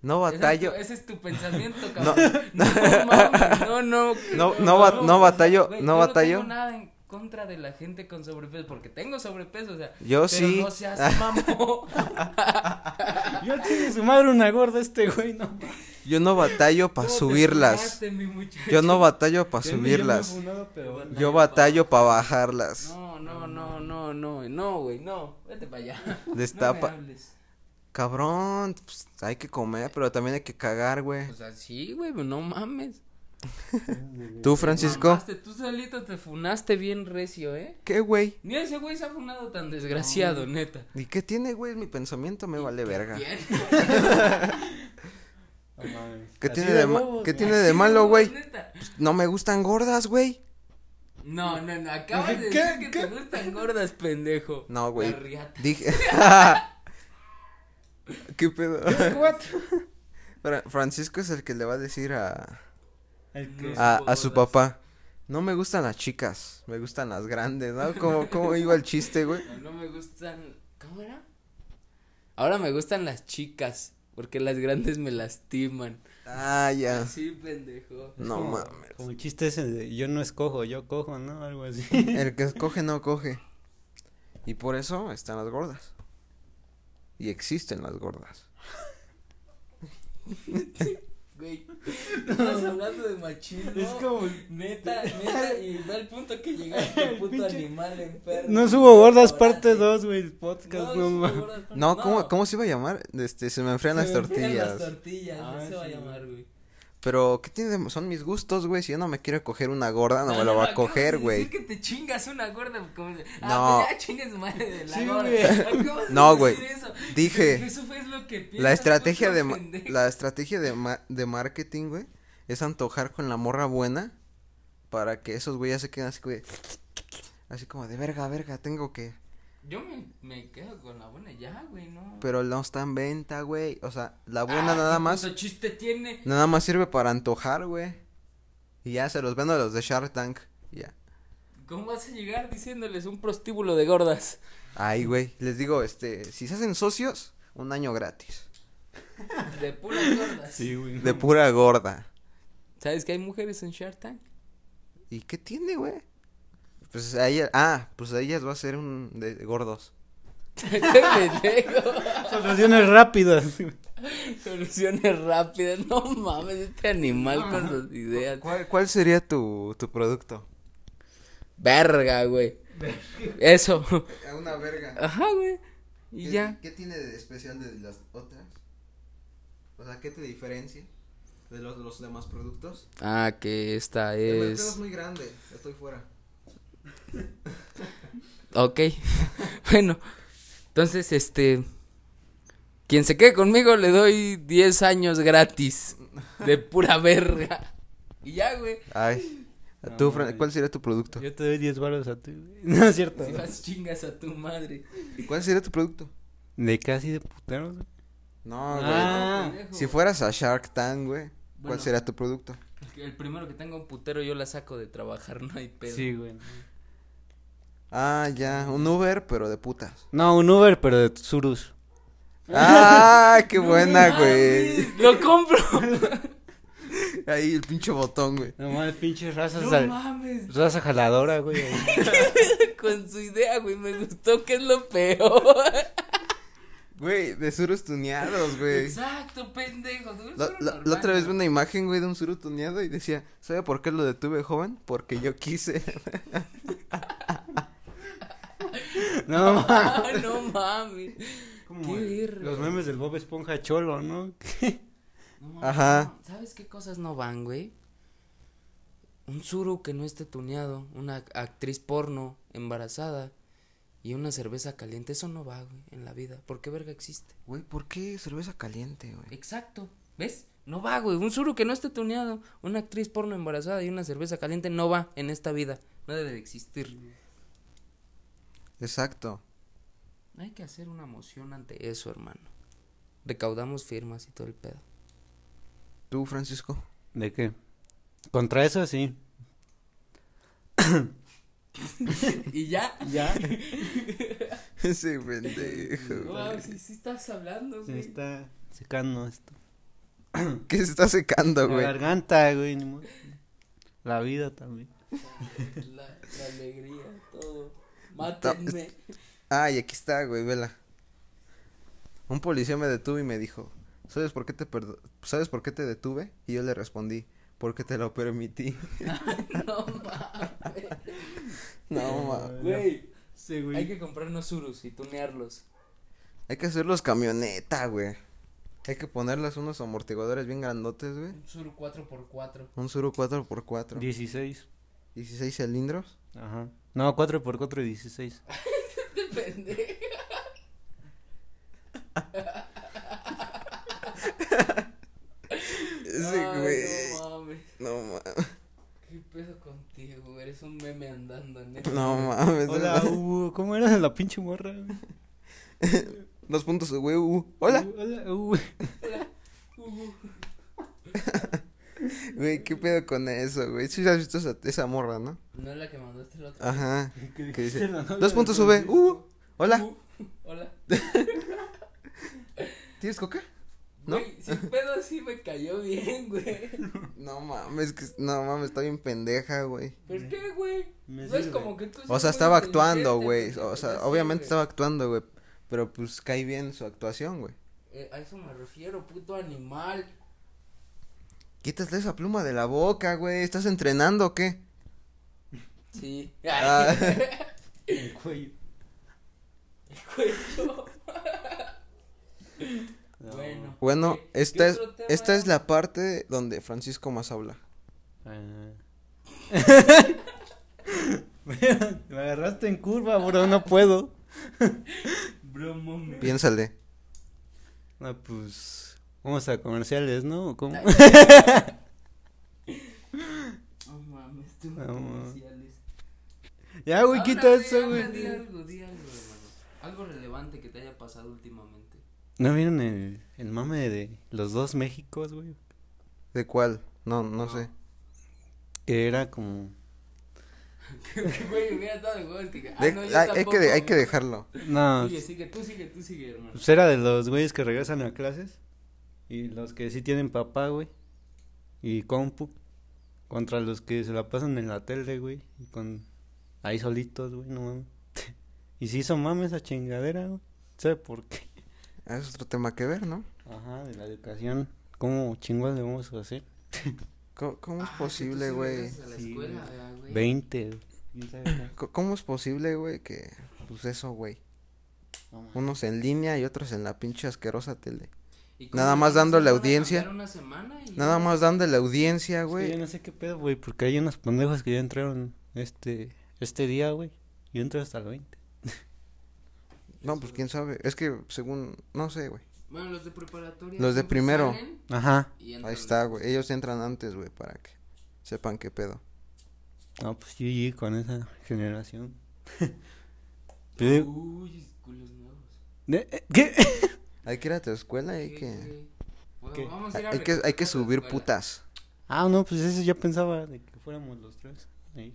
Speaker 1: No batallo,
Speaker 3: Ese es tu, ese es tu pensamiento, cabrón. [laughs] No, no, mames, no, no.
Speaker 1: No- no bat- no batallo,
Speaker 3: güey,
Speaker 1: no
Speaker 3: yo
Speaker 1: batallo.
Speaker 3: No tengo nada en contra de la gente con sobrepeso, porque tengo sobrepeso, o sea.
Speaker 1: Yo
Speaker 3: pero
Speaker 1: sí.
Speaker 3: No seas [laughs] mamón.
Speaker 2: Yo tiene su madre una gorda este güey, no.
Speaker 1: yo no batallo para
Speaker 3: ¿Cómo te
Speaker 1: subirlas.
Speaker 3: fumaste, mi muchacho?
Speaker 1: Yo no batallo
Speaker 3: [laughs]
Speaker 1: para subirlas. Yo batallo para bajarlas.
Speaker 3: No, no, no, no, no, no, güey, no. Vete
Speaker 1: [laughs]
Speaker 3: para allá.
Speaker 1: Destapa.
Speaker 4: No me hables.
Speaker 1: Cabrón, pues, hay que comer, pero también hay que cagar, güey.
Speaker 3: O sea, sí, güey, no mames.
Speaker 1: Tú, Francisco,
Speaker 3: Pues, Mamaste, tú solito te funaste bien recio, ¿eh?
Speaker 1: ¿qué, güey?
Speaker 3: Ni ese güey se ha funado tan desgraciado, neta.
Speaker 1: ¿Y qué tiene, güey? Mi pensamiento me vale verga.
Speaker 3: Bien.
Speaker 1: ¿Qué tiene de, ma- ¿qué tiene de malo,
Speaker 3: [laughs]
Speaker 1: güey?
Speaker 3: Neta.
Speaker 1: No me gustan gordas, güey.
Speaker 3: No, no, no, acabas de
Speaker 2: ¿Qué?
Speaker 3: decir que te
Speaker 2: ¿Qué?
Speaker 3: gustan gordas, pendejo.
Speaker 1: No, güey. [laughs]
Speaker 3: La riata.
Speaker 1: [laughs] Dije. ¿Qué pedo? Fra- Francisco es el que le va a decir a,
Speaker 2: El
Speaker 4: que-
Speaker 1: a, a su papá, no me gustan las chicas, me gustan las grandes, ¿no? ¿Cómo, cómo iba el chiste, güey?
Speaker 3: No, no me gustan. ¿Cómo era? Ahora me gustan las chicas. Porque las grandes me lastiman.
Speaker 1: Ah, ya.
Speaker 4: Sí, pendejo.
Speaker 1: No
Speaker 2: como-
Speaker 1: mames.
Speaker 2: Como el chiste ese de yo no escojo, yo cojo, ¿no? Algo así. [laughs]
Speaker 1: El que escoge no coge. Y por eso están las gordas. Y existen las gordas.
Speaker 3: [laughs] Güey, estás hablando de machismo.
Speaker 2: Es como-
Speaker 3: [laughs] Neta, neta, y ve el punto que llegaste, puto animal enfermo.
Speaker 2: No subo gordas
Speaker 3: Ahora
Speaker 2: parte
Speaker 3: sí.
Speaker 2: 2, güey, el
Speaker 3: No, no
Speaker 2: podcast, no,
Speaker 3: subo
Speaker 2: mames.
Speaker 3: gordas parte-
Speaker 1: No, ¿cómo, ¿cómo se iba a llamar? Este, se me enfrían
Speaker 3: Se
Speaker 1: las
Speaker 3: me enfrían
Speaker 1: tortillas.
Speaker 3: Las tortillas,
Speaker 2: Ah,
Speaker 3: no se va a
Speaker 2: sí,
Speaker 3: llamar, güey.
Speaker 1: Pero, ¿qué tiene? de- Son mis gustos, güey. Si yo no me quiero coger una gorda, Ah,
Speaker 3: Ah,
Speaker 1: no me la va a
Speaker 3: acabas
Speaker 1: coger,
Speaker 3: de
Speaker 1: güey.
Speaker 3: decir que te chingas una gorda. Como... No.
Speaker 1: No.
Speaker 3: Ah, pues ya chingas madre de la
Speaker 2: Sí,
Speaker 3: gorda. [laughs]
Speaker 2: güey.
Speaker 3: Acabas
Speaker 1: [laughs]
Speaker 3: de
Speaker 1: No,
Speaker 3: decir
Speaker 1: güey.
Speaker 3: eso.
Speaker 1: Dije,
Speaker 3: Eso fue lo que
Speaker 1: La
Speaker 3: piensas,
Speaker 1: estrategia
Speaker 3: puto
Speaker 1: de, ma-
Speaker 3: pendejo.
Speaker 1: la estrategia de, ma- de marketing, güey, es antojar con la morra buena para que esos güeyes se queden así, güey. Así como de verga, verga, tengo que.
Speaker 3: Yo me, me quedo con la buena ya, güey, no.
Speaker 1: Pero no está en venta, güey. O sea, la buena
Speaker 3: Ah,
Speaker 1: nada
Speaker 3: ¿qué
Speaker 1: más.
Speaker 3: puto chiste tiene?
Speaker 1: Nada más sirve para antojar, güey. Y ya se los vendo a los de Shark Tank. y Ya.
Speaker 3: ¿Cómo vas a llegar diciéndoles un prostíbulo de gordas?
Speaker 1: Ay, güey. Les digo, este, si se hacen socios, un año gratis.
Speaker 3: De puras gordas.
Speaker 2: Sí, güey.
Speaker 1: De pura gorda.
Speaker 3: ¿Sabes que hay mujeres en Shark Tank? [laughs]
Speaker 1: ¿Y qué tiene, güey? Pues a ellas, ah, pues a ellas va a ser un de de gordos.
Speaker 3: ¡Qué pendejo!
Speaker 2: Soluciones rápidas. güey.
Speaker 3: Soluciones rápidas. No mames, este animal con sus ideas.
Speaker 1: ¿Cuál, cuál sería tu, tu producto?
Speaker 3: Verga, güey. Eso.
Speaker 1: Una verga.
Speaker 3: Ajá, güey. Ah, Y ya.
Speaker 1: ¿Qué tiene de especial de las otras? O sea, ¿qué te diferencia de los, los demás productos?
Speaker 3: Ah, que esta es.
Speaker 1: muy grande, estoy fuera.
Speaker 3: Ok. [laughs] bueno. Entonces, este. Quien se quede conmigo le doy 10 años gratis. De pura verga. Y ya, güey. [laughs]
Speaker 1: Ay.
Speaker 2: No,
Speaker 1: ¿Tú, Fran-
Speaker 2: mames.
Speaker 1: ¿Cuál sería tu producto?
Speaker 2: Yo te doy 10 baros a ti. güey. [laughs] No es cierto.
Speaker 3: Si vas chingas a tu madre.
Speaker 1: ¿Cuál sería tu producto?
Speaker 2: De casi de puteros. güey.
Speaker 1: No,
Speaker 2: Ah.
Speaker 1: güey. Si fueras a Shark Tank, güey, ¿cuál
Speaker 3: Bueno.
Speaker 1: sería tu producto?
Speaker 3: El primero que tenga un putero yo la saco de trabajar, no hay pedo.
Speaker 2: Sí, güey.
Speaker 1: Ah, ya, un Uber, pero de putas.
Speaker 2: [laughs] No, un Uber, pero de Surus.
Speaker 1: ¡Ah, qué buena, güey!
Speaker 3: Mames, Lo compro.
Speaker 1: [laughs] Ahí el pinche botón, güey.
Speaker 2: No mames, pinches razas.
Speaker 3: No
Speaker 2: al-
Speaker 3: mames.
Speaker 2: raza Pues jaladora, güey. ahí.
Speaker 3: Con su idea, güey, me gustó que es lo peor.
Speaker 1: Güey, de suros tuneados, güey.
Speaker 3: Exacto, pendejo. tú eres
Speaker 1: La,
Speaker 3: solo
Speaker 1: la- la
Speaker 3: normal,
Speaker 1: otra vez vi
Speaker 3: ¿no?
Speaker 1: una imagen, güey, de un suru tuneado y decía, ¿sabe por qué lo detuve, joven? Porque yo quise.
Speaker 2: [laughs]
Speaker 1: [laughs]
Speaker 2: No mames.
Speaker 3: Ah,
Speaker 1: [laughs]
Speaker 3: no mames. Qué verga.
Speaker 2: Los memes del Bob Esponja Cholo, ¿no?
Speaker 3: No mames,
Speaker 1: Ajá.
Speaker 3: no. ¿Sabes qué cosas no van, güey? Un suru que no esté tuneado, una ac- actriz porno embarazada y una cerveza caliente, eso no va, güey, en la vida. ¿Por qué verga existe?
Speaker 1: Güey, ¿por qué cerveza caliente, güey?
Speaker 3: Exacto, ¿ves? No va, güey. Un suru que no esté tuneado, una actriz porno embarazada y una cerveza caliente no va en esta vida. No debe de existir.
Speaker 1: Exacto.
Speaker 3: Hay que hacer una moción ante eso, hermano. Recaudamos firmas y todo el pedo.
Speaker 1: ¿Tú, Francisco?
Speaker 2: [laughs]
Speaker 1: [laughs]
Speaker 2: ¿De qué? Contra eso, sí.
Speaker 3: ¿Y ya? [laughs]
Speaker 2: Ya.
Speaker 1: Ese pendejo.
Speaker 3: Wow, sí, sí estás hablando,
Speaker 2: Se me
Speaker 3: güey.
Speaker 2: está secando esto.
Speaker 1: ¿Qué se está secando,
Speaker 2: La
Speaker 1: güey?
Speaker 2: garganta, güey. ni modo. La vida también.
Speaker 3: La, la alegría, todo.
Speaker 1: Mátenme. Ay, aquí está, güey, vela. Un policía me detuvo y me dijo, ¿sabes por qué te perdo- ¿sabes por qué te detuve? Y yo le respondí, porque te lo permití.
Speaker 3: [laughs]
Speaker 1: [laughs]
Speaker 3: No
Speaker 1: no,
Speaker 3: mames.
Speaker 1: ma.
Speaker 3: Güey,
Speaker 2: Sí,
Speaker 3: hay que comprarnos surus y tunearlos.
Speaker 1: Hay que hacerlos camioneta, güey. Hay que ponerles unos amortiguadores bien grandotes, güey.
Speaker 3: Un suru [laughs] 4x4.
Speaker 1: Un Suru 4x4.
Speaker 2: 16.
Speaker 1: 16 cilindros.
Speaker 2: Ajá. No, 4 por 4 16.
Speaker 3: Depende.
Speaker 1: Ese, güey.
Speaker 3: No mames.
Speaker 1: No mames.
Speaker 3: ¿Qué pedo contigo? güey? Eres un meme andando, neta.
Speaker 1: [laughs] No mames. [laughs]
Speaker 2: Hola, Hugo. ¿Cómo era la pinche morra? güey?
Speaker 1: Dos puntos, güey. uh. Hola.
Speaker 2: Hola, Hugo.
Speaker 3: Hola, Hugo.
Speaker 1: Güey, ¿qué pedo con eso, güey? Si has visto esa, esa morra, ¿no?
Speaker 3: No es la que mandaste el otro.
Speaker 1: Ajá. Que
Speaker 3: [laughs]
Speaker 1: dice,
Speaker 2: La novia
Speaker 1: dos
Speaker 2: de
Speaker 1: puntos
Speaker 2: Luis.
Speaker 1: sube. Uh, hola.
Speaker 3: Hola.
Speaker 1: ¿Tienes coca? ¿No?
Speaker 3: Güey, sin pedo sí me cayó bien, güey.
Speaker 1: No mames, que, no mames, está bien pendeja, güey.
Speaker 3: ¿Pero qué, güey?
Speaker 2: Me
Speaker 3: No Pues es
Speaker 2: sirve.
Speaker 3: como que tú
Speaker 1: O
Speaker 3: seas
Speaker 1: sea,
Speaker 3: muy
Speaker 1: estaba actuando,
Speaker 3: inteligente,
Speaker 1: güey. O sea,
Speaker 3: sí,
Speaker 1: obviamente
Speaker 3: pues güey.
Speaker 1: estaba actuando, güey. Pero pues cae bien su actuación, güey.
Speaker 3: Eh, a eso me refiero, puto animal.
Speaker 1: Quítate esa pluma de la boca, güey. ¿Estás entrenando o qué?
Speaker 3: Sí.
Speaker 1: Ah.
Speaker 2: El cuello.
Speaker 3: Cuello.
Speaker 2: No.
Speaker 3: [laughs] Bueno.
Speaker 1: Bueno,
Speaker 3: ¿Qué- qué
Speaker 1: esta es,
Speaker 3: otro tema
Speaker 1: esta
Speaker 3: era?
Speaker 1: es la parte donde Francisco más habla.
Speaker 2: [laughs] Ah. Me agarraste en curva, bro, no puedo.
Speaker 4: Bro, mami.
Speaker 1: Piénsale.
Speaker 2: Ah, pues vamos a comerciales, ¿no? ¿O ¿Cómo?
Speaker 4: No mames, tú
Speaker 2: No, mames.
Speaker 4: comerciales.
Speaker 1: Ah,
Speaker 2: Ya, güey,
Speaker 3: Habla,
Speaker 2: quita
Speaker 3: güey,
Speaker 2: eso,
Speaker 3: habla, Di
Speaker 2: güey.
Speaker 3: algo, di algo, hermano. Algo relevante que te haya pasado últimamente. [laughs]
Speaker 2: ¿No vieron el, el mame de los dos Méxicos, güey?
Speaker 1: ¿De cuál? No, no sé.
Speaker 2: Que era como...
Speaker 3: Que, Güey, hubiera estado de huevos que- ah,
Speaker 1: De-
Speaker 3: no,
Speaker 1: hay,
Speaker 3: yo
Speaker 1: hay
Speaker 3: tampoco,
Speaker 1: que de- hay que
Speaker 3: güey.
Speaker 1: dejarlo.
Speaker 2: No,
Speaker 3: Sigue, sigue, tú sigue, tú sigue, hermano.
Speaker 2: pues era de los güeyes que regresan a clases. Y los que sí tienen papá, güey. Y compu. Contra los que se la pasan en la tele, güey. Y con... Ahí solitos, güey, no mames. [laughs] Y si hizo mame esa chingadera, güey. ¿Sabe por qué?
Speaker 1: Es otro tema que ver, ¿no?
Speaker 2: Ajá, de la educación. ¿Cómo chingados le vamos a hacer?
Speaker 1: Co- ¿Cómo, es
Speaker 3: Ah, que tú
Speaker 1: posible,
Speaker 3: sí
Speaker 1: güey?
Speaker 3: regresas a la
Speaker 2: Sí,
Speaker 3: escuela,
Speaker 2: güey.
Speaker 3: ah, güey.
Speaker 2: 20.
Speaker 1: Co- ¿Cómo es posible, güey, que pues eso, güey? Unos en línea y otros en la pinche asquerosa tele.
Speaker 3: ¿Y cómo
Speaker 1: Nada
Speaker 3: le
Speaker 1: más
Speaker 3: vas
Speaker 1: dando
Speaker 3: a
Speaker 1: la
Speaker 3: mandar
Speaker 1: audiencia.
Speaker 3: una semana y-
Speaker 1: Nada más dando la audiencia,
Speaker 2: Güey,
Speaker 1: güey.
Speaker 2: yo no sé qué pedo, güey, porque hay unos pendejos que ya entraron este este día, güey. Yo entré hasta el 20.
Speaker 1: No, pues quién sabe. Es que según, no sé, güey.
Speaker 3: Bueno, los de preparatoria.
Speaker 1: Los de
Speaker 3: siempre
Speaker 1: primero.
Speaker 3: salen
Speaker 2: Ajá.
Speaker 3: y entran.
Speaker 1: Ahí está, güey. Ellos entran antes, güey, para que sepan qué pedo.
Speaker 2: No, pues GG con esa generación. [laughs] Yo digo,
Speaker 4: Uy, culos nuevos.
Speaker 2: ¿de- eh, ¿Qué? [laughs]
Speaker 1: Hay que ir a tu escuela, hay
Speaker 4: ¿Qué,
Speaker 1: que...
Speaker 4: güey?
Speaker 3: Bueno,
Speaker 2: ¿Qué?
Speaker 3: vamos a ir a
Speaker 1: Hay que, hay que
Speaker 3: recoger la
Speaker 1: subir
Speaker 3: escuela.
Speaker 1: putas.
Speaker 2: Ah, no, pues eso yo pensaba de que fuéramos los tres. ahí.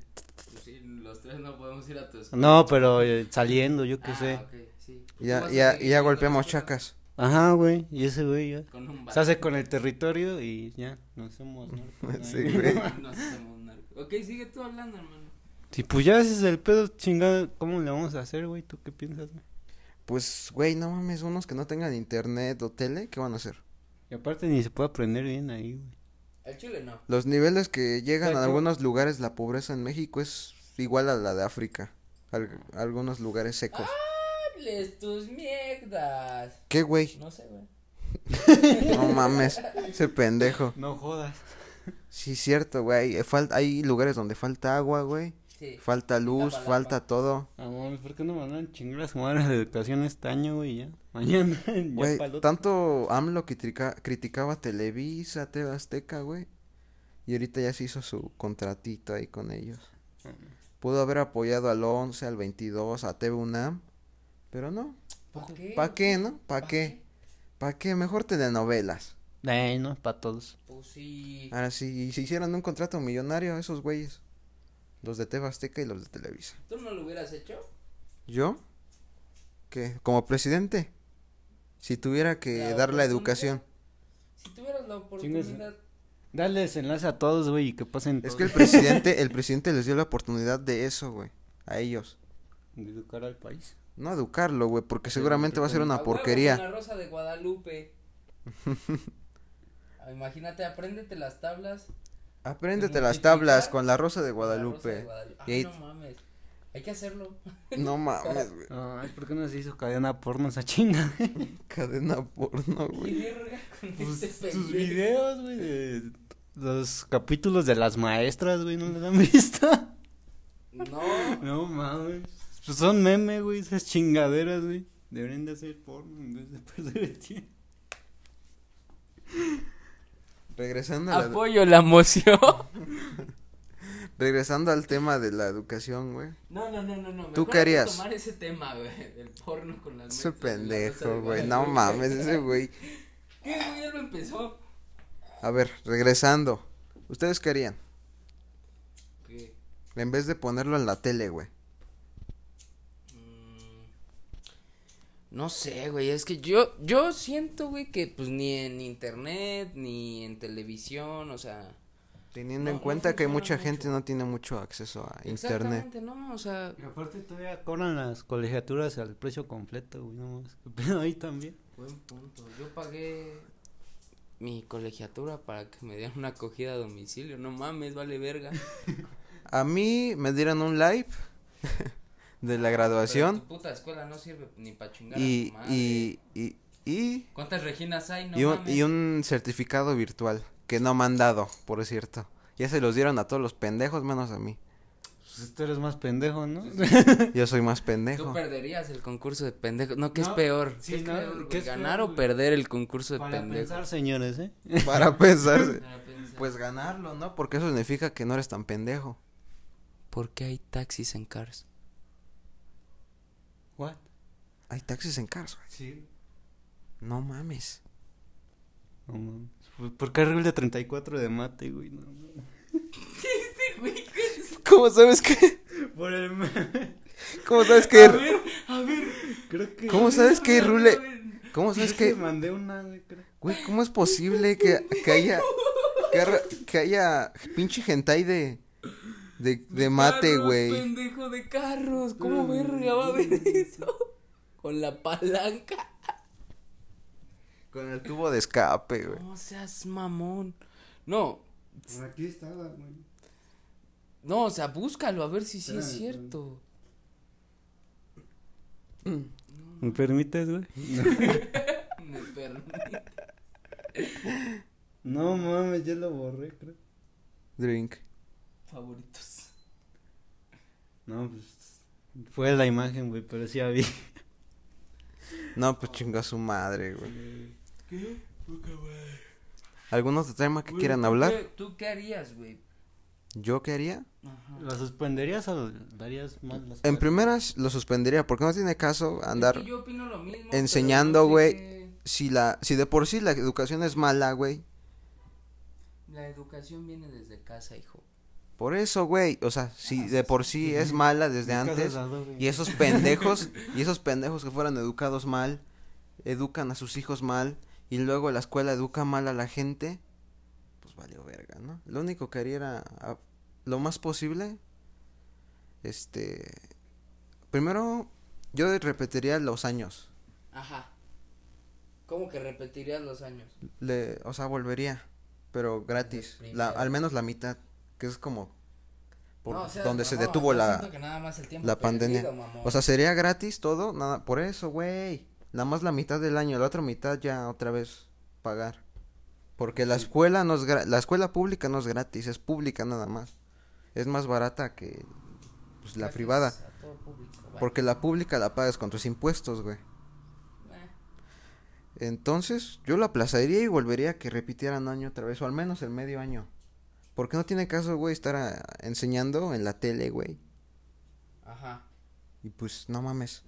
Speaker 3: Pues sí, los tres no podemos ir a tu escuela.
Speaker 2: No, pero eh, saliendo, yo qué
Speaker 3: Ah,
Speaker 2: sé.
Speaker 3: ok, sí. Tú
Speaker 1: Ya,
Speaker 3: vas a
Speaker 1: ya, ya
Speaker 3: seguir yendo a la
Speaker 1: golpeamos
Speaker 3: escuela
Speaker 1: chacas.
Speaker 2: Ajá, güey, y ese güey ya.
Speaker 3: Con un
Speaker 2: Se hace con el territorio y ya, nos hacemos [laughs] narcos,
Speaker 1: Sí,
Speaker 2: ¿no?
Speaker 1: güey.
Speaker 3: [laughs] No hacemos narco. Ok, sigue tú hablando, hermano.
Speaker 2: Sí, pues ya ese es el pedo chingado. ¿Cómo le vamos a hacer, güey? ¿Tú qué piensas? güey?
Speaker 1: Pues, güey, no mames, unos que no tengan internet o tele, ¿qué van a hacer?
Speaker 2: Y aparte ni se puede aprender bien ahí, güey.
Speaker 3: Al chile no.
Speaker 1: Los niveles que llegan
Speaker 2: Pero
Speaker 1: a
Speaker 2: tú-
Speaker 1: algunos lugares, la pobreza en México es igual a la de África. Al- algunos lugares secos.
Speaker 3: Hables tus mierdas.
Speaker 1: ¿Qué, güey?
Speaker 3: No sé, güey.
Speaker 1: No mames, ese pendejo.
Speaker 2: No jodas.
Speaker 1: Sí, cierto, güey. eh, Falta, hay lugares donde falta agua, güey.
Speaker 3: Sí.
Speaker 1: Falta luz,
Speaker 3: Iztapalapa.
Speaker 1: falta todo.
Speaker 2: Amor, Ah, ¿por qué no mandaron chingar a su madre de educación este año, güey? Ya. Mañana. [laughs] ya
Speaker 1: Güey,
Speaker 2: pa'l otro.
Speaker 1: tanto AMLO que trica- criticaba Televisa, TV Azteca, güey. Y ahorita ya se hizo su contratito ahí con ellos. Pudo haber apoyado al 11, al 22, a TV UNAM. Pero no.
Speaker 3: ¿Para qué?
Speaker 1: ¿Para qué, no? ¿Para qué? ¿Para qué? Mejor telenovelas.
Speaker 2: Ay, no, para todos.
Speaker 3: Pues sí.
Speaker 1: Ahora sí, y se hicieron un contrato millonario esos güeyes. Los de TV Azteca y los de Televisa.
Speaker 3: ¿Tú no lo hubieras hecho?
Speaker 1: ¿Yo? ¿Qué? ¿Como presidente? Si tuviera que
Speaker 3: La
Speaker 1: dar la
Speaker 3: oportunidad.
Speaker 1: educación.
Speaker 3: Si tuvieras la
Speaker 2: Chingas.
Speaker 3: oportunidad.
Speaker 2: Dale desenlace a todos, güey, y que pasen.
Speaker 1: Es
Speaker 2: todos.
Speaker 1: que el presidente, el presidente les dio la oportunidad de eso, güey. A ellos.
Speaker 2: De educar al país.
Speaker 1: No educarlo, güey, porque
Speaker 2: Pero
Speaker 1: seguramente va a ser una
Speaker 2: educarlo.
Speaker 3: A huevo con
Speaker 1: porquería.
Speaker 3: La rosa de
Speaker 1: [laughs]
Speaker 3: Guadalupe. Ah, Imagínate, apréndete las tablas.
Speaker 1: Apréndete
Speaker 3: Multiplicar
Speaker 1: las tablas con ¿eh? la rosa de
Speaker 3: con la rosa
Speaker 1: Guadalupe.
Speaker 3: de Guadalupe.
Speaker 1: Y
Speaker 3: Ay,
Speaker 1: ahí-
Speaker 3: no mames. Hay que hacerlo.
Speaker 1: No mames, güey.
Speaker 2: Ay, ¿por qué no se hizo cadena porno esa chinga? [laughs] Pues,
Speaker 1: Cadena porno,
Speaker 3: ¿Qué
Speaker 1: güey.
Speaker 3: verga con
Speaker 1: pues,
Speaker 3: este pendejo?
Speaker 2: Sus videos, güey, de los capítulos de las maestras, güey, ¿no les han [laughs] visto?
Speaker 3: No.
Speaker 2: No mames. Pues son meme, güey, esas chingaderas, güey. Deberían de hacer porno en vez de perder el tiempo.
Speaker 1: Regresando, a la-
Speaker 3: Apoyo la moción.
Speaker 1: regresando al tema de la educación, güey.
Speaker 3: No, no, no, no, no.
Speaker 1: ¿Tú
Speaker 3: mejor
Speaker 1: qué
Speaker 3: hay que
Speaker 1: harías?
Speaker 3: tomar ese tema, güey, del porno con las
Speaker 1: Ese
Speaker 3: maestras y la rosa de
Speaker 1: pendejo, güey. No
Speaker 3: Guadalupe.
Speaker 1: mames, ese güey.
Speaker 3: ¿Qué, güey? Ya lo empezó.
Speaker 1: A ver, regresando. ¿Ustedes qué harían?
Speaker 4: ¿Qué?
Speaker 1: En vez de ponerlo en la tele, güey.
Speaker 4: Mm,
Speaker 3: No sé, güey, es que yo, yo siento, güey, que pues ni en internet, ni en televisión, o sea...
Speaker 1: Teniendo
Speaker 3: No,
Speaker 1: en
Speaker 3: no
Speaker 1: cuenta que
Speaker 3: funciona
Speaker 1: mucha
Speaker 3: mucho.
Speaker 1: gente no tiene mucho acceso a internet.
Speaker 3: Exactamente, no, o sea...
Speaker 2: Y aparte todavía cobran las colegiaturas al precio completo, güey, no más. [laughs] Pero ahí también.
Speaker 4: buen punto.
Speaker 3: Yo pagué mi colegiatura para que me dieran una acogida a domicilio, no mames, vale verga.
Speaker 1: A mí me dieron un live [laughs] de la
Speaker 3: Pero
Speaker 1: graduación
Speaker 3: tu puta escuela no sirve ni para chingar a
Speaker 1: y,
Speaker 3: tu madre.
Speaker 1: y, y, y,
Speaker 3: ¿Cuántas Reginas hay? No
Speaker 1: y un,
Speaker 3: mames.
Speaker 1: y un certificado virtual que no me han dado, por cierto. Ya se los dieron a todos los pendejos menos a mí.
Speaker 2: Pues tú eres más pendejo, ¿no? [laughs]
Speaker 1: Yo soy más
Speaker 3: Tú
Speaker 1: pendejo.
Speaker 3: perderías el concurso de pendejos. No, ¿qué es
Speaker 2: No,
Speaker 3: peor?
Speaker 2: sí,
Speaker 3: ¿Qué es
Speaker 2: no,
Speaker 3: peor, güey?
Speaker 2: ¿qué es
Speaker 3: ¿Ganar
Speaker 2: peor,
Speaker 3: o
Speaker 2: güey?
Speaker 3: perder el concurso de
Speaker 2: Para
Speaker 3: pendejos?
Speaker 2: pensar, señores, ¿eh?
Speaker 1: [laughs] Para pensar.
Speaker 4: Para pensar.
Speaker 1: Pues ganarlo, ¿no? Porque eso significa que no eres tan pendejo.
Speaker 3: ¿Por qué hay taxis en Cars?
Speaker 2: What?
Speaker 1: Hay taxis en Cars, güey.
Speaker 2: Sí.
Speaker 1: No mames.
Speaker 2: No mames. Pues, ¿Por- ¿Por qué regla 34 de mate, güey? No, mames.
Speaker 1: [laughs] ¿Cómo sabes que?
Speaker 2: Por el meme.
Speaker 1: ¿Cómo sabes que?
Speaker 4: A ver.
Speaker 2: Creo que.
Speaker 1: ¿Cómo sabes que
Speaker 4: a ver, a
Speaker 1: Rule?
Speaker 4: ver.
Speaker 1: ¿Cómo sabes
Speaker 2: [laughs] Es que
Speaker 1: que?
Speaker 2: [laughs] mandé una, güey, creo.
Speaker 1: Güey, ¿cómo es posible que, que haya que, arra- que haya pinche hentai de de, de mate,
Speaker 3: Carros,
Speaker 1: güey?
Speaker 3: pendejo de carros. ¿Cómo verga va a ver eso? Con la palanca.
Speaker 1: Con el tubo de escape, güey.
Speaker 3: No seas mamón. No,
Speaker 2: Por Pues, aquí estaba, güey.
Speaker 3: no, o sea, búscalo a ver si sí es
Speaker 2: Espérame,
Speaker 3: cierto.
Speaker 2: ¿Me permites, güey?
Speaker 3: Me perdí. [laughs]
Speaker 2: No mames, ya lo borré, creo.
Speaker 1: Drink.
Speaker 4: Favoritos.
Speaker 2: No, pues. Fue la imagen, güey, pero sí había. [laughs]
Speaker 1: No, pues chinga su madre, güey.
Speaker 4: ¿Qué? Poca madre.
Speaker 1: ¿Algunos de tema que
Speaker 4: Güey,
Speaker 1: quieran
Speaker 4: ¿tú
Speaker 1: hablar?
Speaker 3: ¿Qué- ¿Tú qué harías, güey?
Speaker 1: ¿Yo qué haría?
Speaker 4: Ajá.
Speaker 2: ¿La suspenderías o darías más las
Speaker 1: En
Speaker 2: cartas?
Speaker 1: primeras lo suspendería porque no tiene caso andar
Speaker 3: Es que yo opino lo mismo,
Speaker 1: enseñando,
Speaker 3: pero no sé
Speaker 1: güey.
Speaker 3: qué-
Speaker 1: si la si de por sí la educación es mala, güey.
Speaker 3: La educación viene desde casa, hijo.
Speaker 1: Por eso, güey, o sea, si de por sí es mala desde
Speaker 2: Nunca
Speaker 1: antes
Speaker 2: has dado, güey.
Speaker 1: y esos pendejos y esos pendejos que fueron educados mal, educan a sus hijos mal y luego la escuela educa mal a la gente, pues valió verga, ¿no? Lo único que haría era a- lo más posible este primero yo repetiría los años.
Speaker 3: Ajá. ¿Cómo que repetirías los años?
Speaker 1: Le, o sea, volvería, pero gratis, la,
Speaker 3: primero.
Speaker 1: al menos la mitad, que es como por
Speaker 3: No, o sea,
Speaker 1: donde se
Speaker 3: mamón,
Speaker 1: detuvo
Speaker 3: yo
Speaker 1: la
Speaker 3: siento que nada más el tiempo
Speaker 1: la pandemia.
Speaker 3: perdido, mamón.
Speaker 1: O sea, sería gratis todo, nada, por eso, güey. Nada más la mitad del año, la otra mitad ya otra vez pagar. Porque la escuela no es gra- la escuela pública no es gratis, es pública nada más. Es más barata que pues, la
Speaker 3: Gracias
Speaker 1: privada,
Speaker 3: a todo público, vale.
Speaker 1: porque la pública la pagas con tus impuestos, güey.
Speaker 3: Eh,
Speaker 1: Entonces, yo la aplazaría y volvería a que repitieran año otra vez, o al menos el medio año. Porque no tiene caso, güey, estar ah, enseñando en la tele, güey.
Speaker 3: Ajá.
Speaker 1: Y pues, no mames.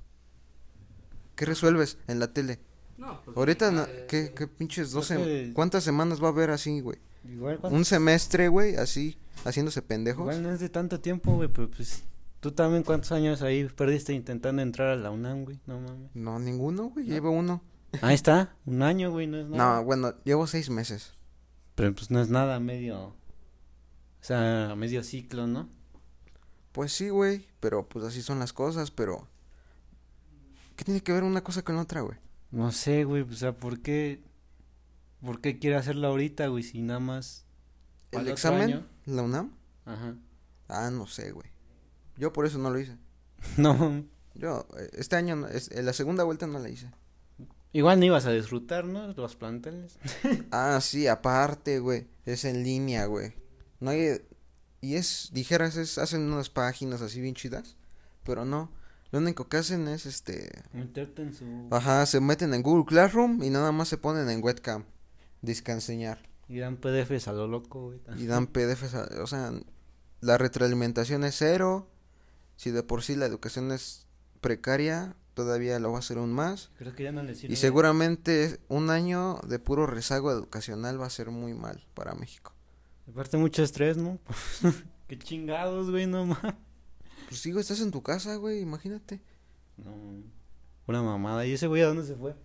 Speaker 1: ¿Qué resuelves en la tele?
Speaker 3: No, pues,
Speaker 1: Ahorita,
Speaker 3: mi
Speaker 1: na-
Speaker 3: madre,
Speaker 1: ¿qué,
Speaker 3: güey.
Speaker 1: qué pinches
Speaker 2: Creo
Speaker 1: 12?
Speaker 2: que-
Speaker 1: ¿Cuántas semanas va a haber así, güey?
Speaker 2: Igual, ¿cuánto?
Speaker 1: Un semestre, güey, así, haciéndose pendejos.
Speaker 2: Igual no es de tanto tiempo, güey, pero pues. Tú también, ¿cuántos años ahí perdiste intentando entrar a la UNAM, güey? No mames.
Speaker 1: No, ninguno, güey, llevo uno.
Speaker 2: Ahí está, un año, güey, no es nada.
Speaker 1: No, bueno, llevo seis meses.
Speaker 2: Pero pues no es nada, medio. O sea, medio ciclo, ¿no?
Speaker 1: Pues sí, güey, pero pues así son las cosas, pero... ¿Qué tiene que ver una cosa con la otra, güey?
Speaker 2: No sé, güey, o sea, ¿por qué. ¿Por qué quiere hacerla ahorita, güey, si nada más. ¿Al
Speaker 1: ¿El
Speaker 2: otro
Speaker 1: examen?
Speaker 2: año?
Speaker 1: ¿La UNAM?
Speaker 2: Ajá.
Speaker 1: Ah, no sé, güey. Yo por eso no lo hice.
Speaker 2: [laughs] No mames.
Speaker 1: Yo, eh, este año, no- es- en la segunda vuelta no la hice.
Speaker 2: Igual no ibas a disfrutar, ¿no? Los planteles.
Speaker 1: Ah, sí, aparte, güey. Es en línea, güey. No hay... Y es, dijeras, es, hacen unas páginas así bien chidas. Pero no. Lo único que hacen es, este...
Speaker 2: Meterte en su.
Speaker 1: Ajá, se meten en Google Classroom y nada más se ponen en webcam. Disque enseñar.
Speaker 2: Y dan PDFs a lo loco, güey.
Speaker 1: Y dan PDFs. a- o sea, la retroalimentación es cero. Si de por sí la educación es precaria, todavía lo va a hacer aún más.
Speaker 2: Creo que ya no le sirve.
Speaker 1: Y seguramente un año de puro rezago educacional va a ser muy mal para México.
Speaker 2: Aparte mucho estrés, ¿no? [laughs] Qué chingados, güey, no mames.
Speaker 1: Pues sí, güey, estás en tu casa, güey, imagínate.
Speaker 2: No. Una mamada. ¿Y ese güey a dónde se fue?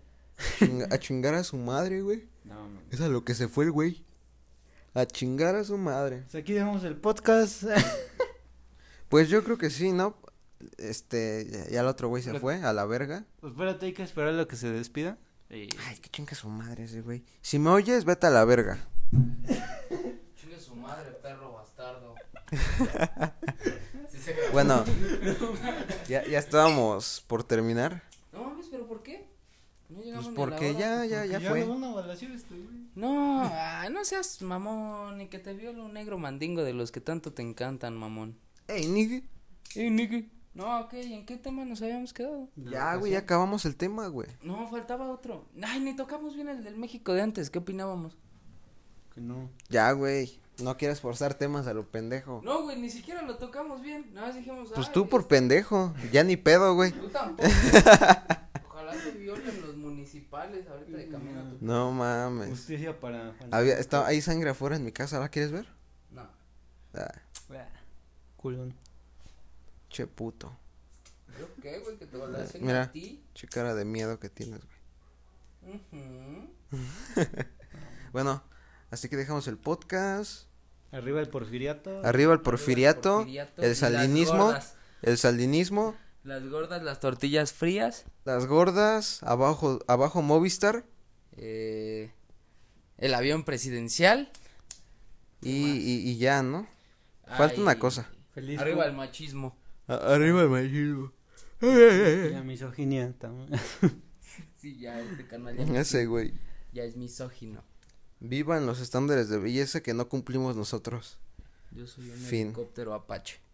Speaker 1: Chinga- a chingar a su madre, güey.
Speaker 2: No, no.
Speaker 1: Es a lo que se fue el güey. A chingar a su madre.
Speaker 2: Pues aquí dejamos el [laughs] podcast.
Speaker 1: Pues yo creo que sí, ¿no? Este, ya, ya el otro güey se fue a la verga.
Speaker 2: Pues espérate, hay que esperar a lo que se despida. Sí.
Speaker 1: Ay, que chinga su madre ese güey. Si me oyes, vete a la verga.
Speaker 3: Chingue su madre, perro bastardo. Sí se grabó.
Speaker 1: Bueno, ya, ya estábamos por terminar.
Speaker 3: No mames, pero ¿por qué? No llegamos
Speaker 1: Pues
Speaker 3: ni a la
Speaker 1: porque ya,
Speaker 3: hora.
Speaker 1: ya, ya fue.
Speaker 2: una evaluación este, güey.
Speaker 3: No, ah, no seas mamón, ni que te viole un negro mandingo de los que tanto te encantan, mamón.
Speaker 1: Ey, Niggy.
Speaker 3: Eh, Nicky. No, ok, ¿y en qué tema nos habíamos quedado?
Speaker 1: Ya, güey, ya acabamos el tema, güey.
Speaker 3: No, faltaba otro. Ay, ni tocamos bien el del México de antes, ¿qué opinábamos?
Speaker 2: Que no.
Speaker 1: Ya, güey. No quieras forzar temas a lo pendejo.
Speaker 3: No, güey, ni siquiera lo tocamos bien. Nada más dijimos.
Speaker 1: Pues
Speaker 3: ay,
Speaker 1: tú por pendejo. Ya ni pedo, güey. [laughs]
Speaker 3: Tú tampoco. Ojalá te violen los municipales ahorita de camino a tu.
Speaker 1: No mames.
Speaker 2: Justicia para. Juan.
Speaker 1: Había, estaba, hay sangre afuera en mi casa, ¿la quieres ver?
Speaker 3: No.
Speaker 1: Ah,
Speaker 2: Ah, Culón.
Speaker 1: che puto.
Speaker 3: ¿Yo qué, güey? Que te lo hacen
Speaker 1: Mira.
Speaker 3: a ti.
Speaker 1: Che cara de miedo que tienes, güey.
Speaker 3: Ujú.
Speaker 1: Bueno, así que dejamos el podcast.
Speaker 2: Arriba el porfiriato.
Speaker 1: Arriba el porfiriato,
Speaker 3: porfiriato y
Speaker 1: el
Speaker 3: las
Speaker 1: saldinismo,
Speaker 3: gordas.
Speaker 1: el saldinismo,
Speaker 3: Las gordas, las tortillas frías.
Speaker 1: las gordas, abajo, abajo Movistar
Speaker 3: eh, el avión presidencial.
Speaker 1: y, y, y ya, ¿no? Falta
Speaker 3: Ay,
Speaker 1: una cosa.
Speaker 2: Feliz.
Speaker 3: Arriba el machismo.
Speaker 1: Arriba el machismo.
Speaker 2: La misoginia también.
Speaker 3: Sí, ya este canal ya,
Speaker 1: Ese güey.
Speaker 3: ya es misógino.
Speaker 1: Vivan los estándares de belleza que no cumplimos nosotros.
Speaker 3: Yo soy un
Speaker 1: Fin.
Speaker 3: helicóptero apache.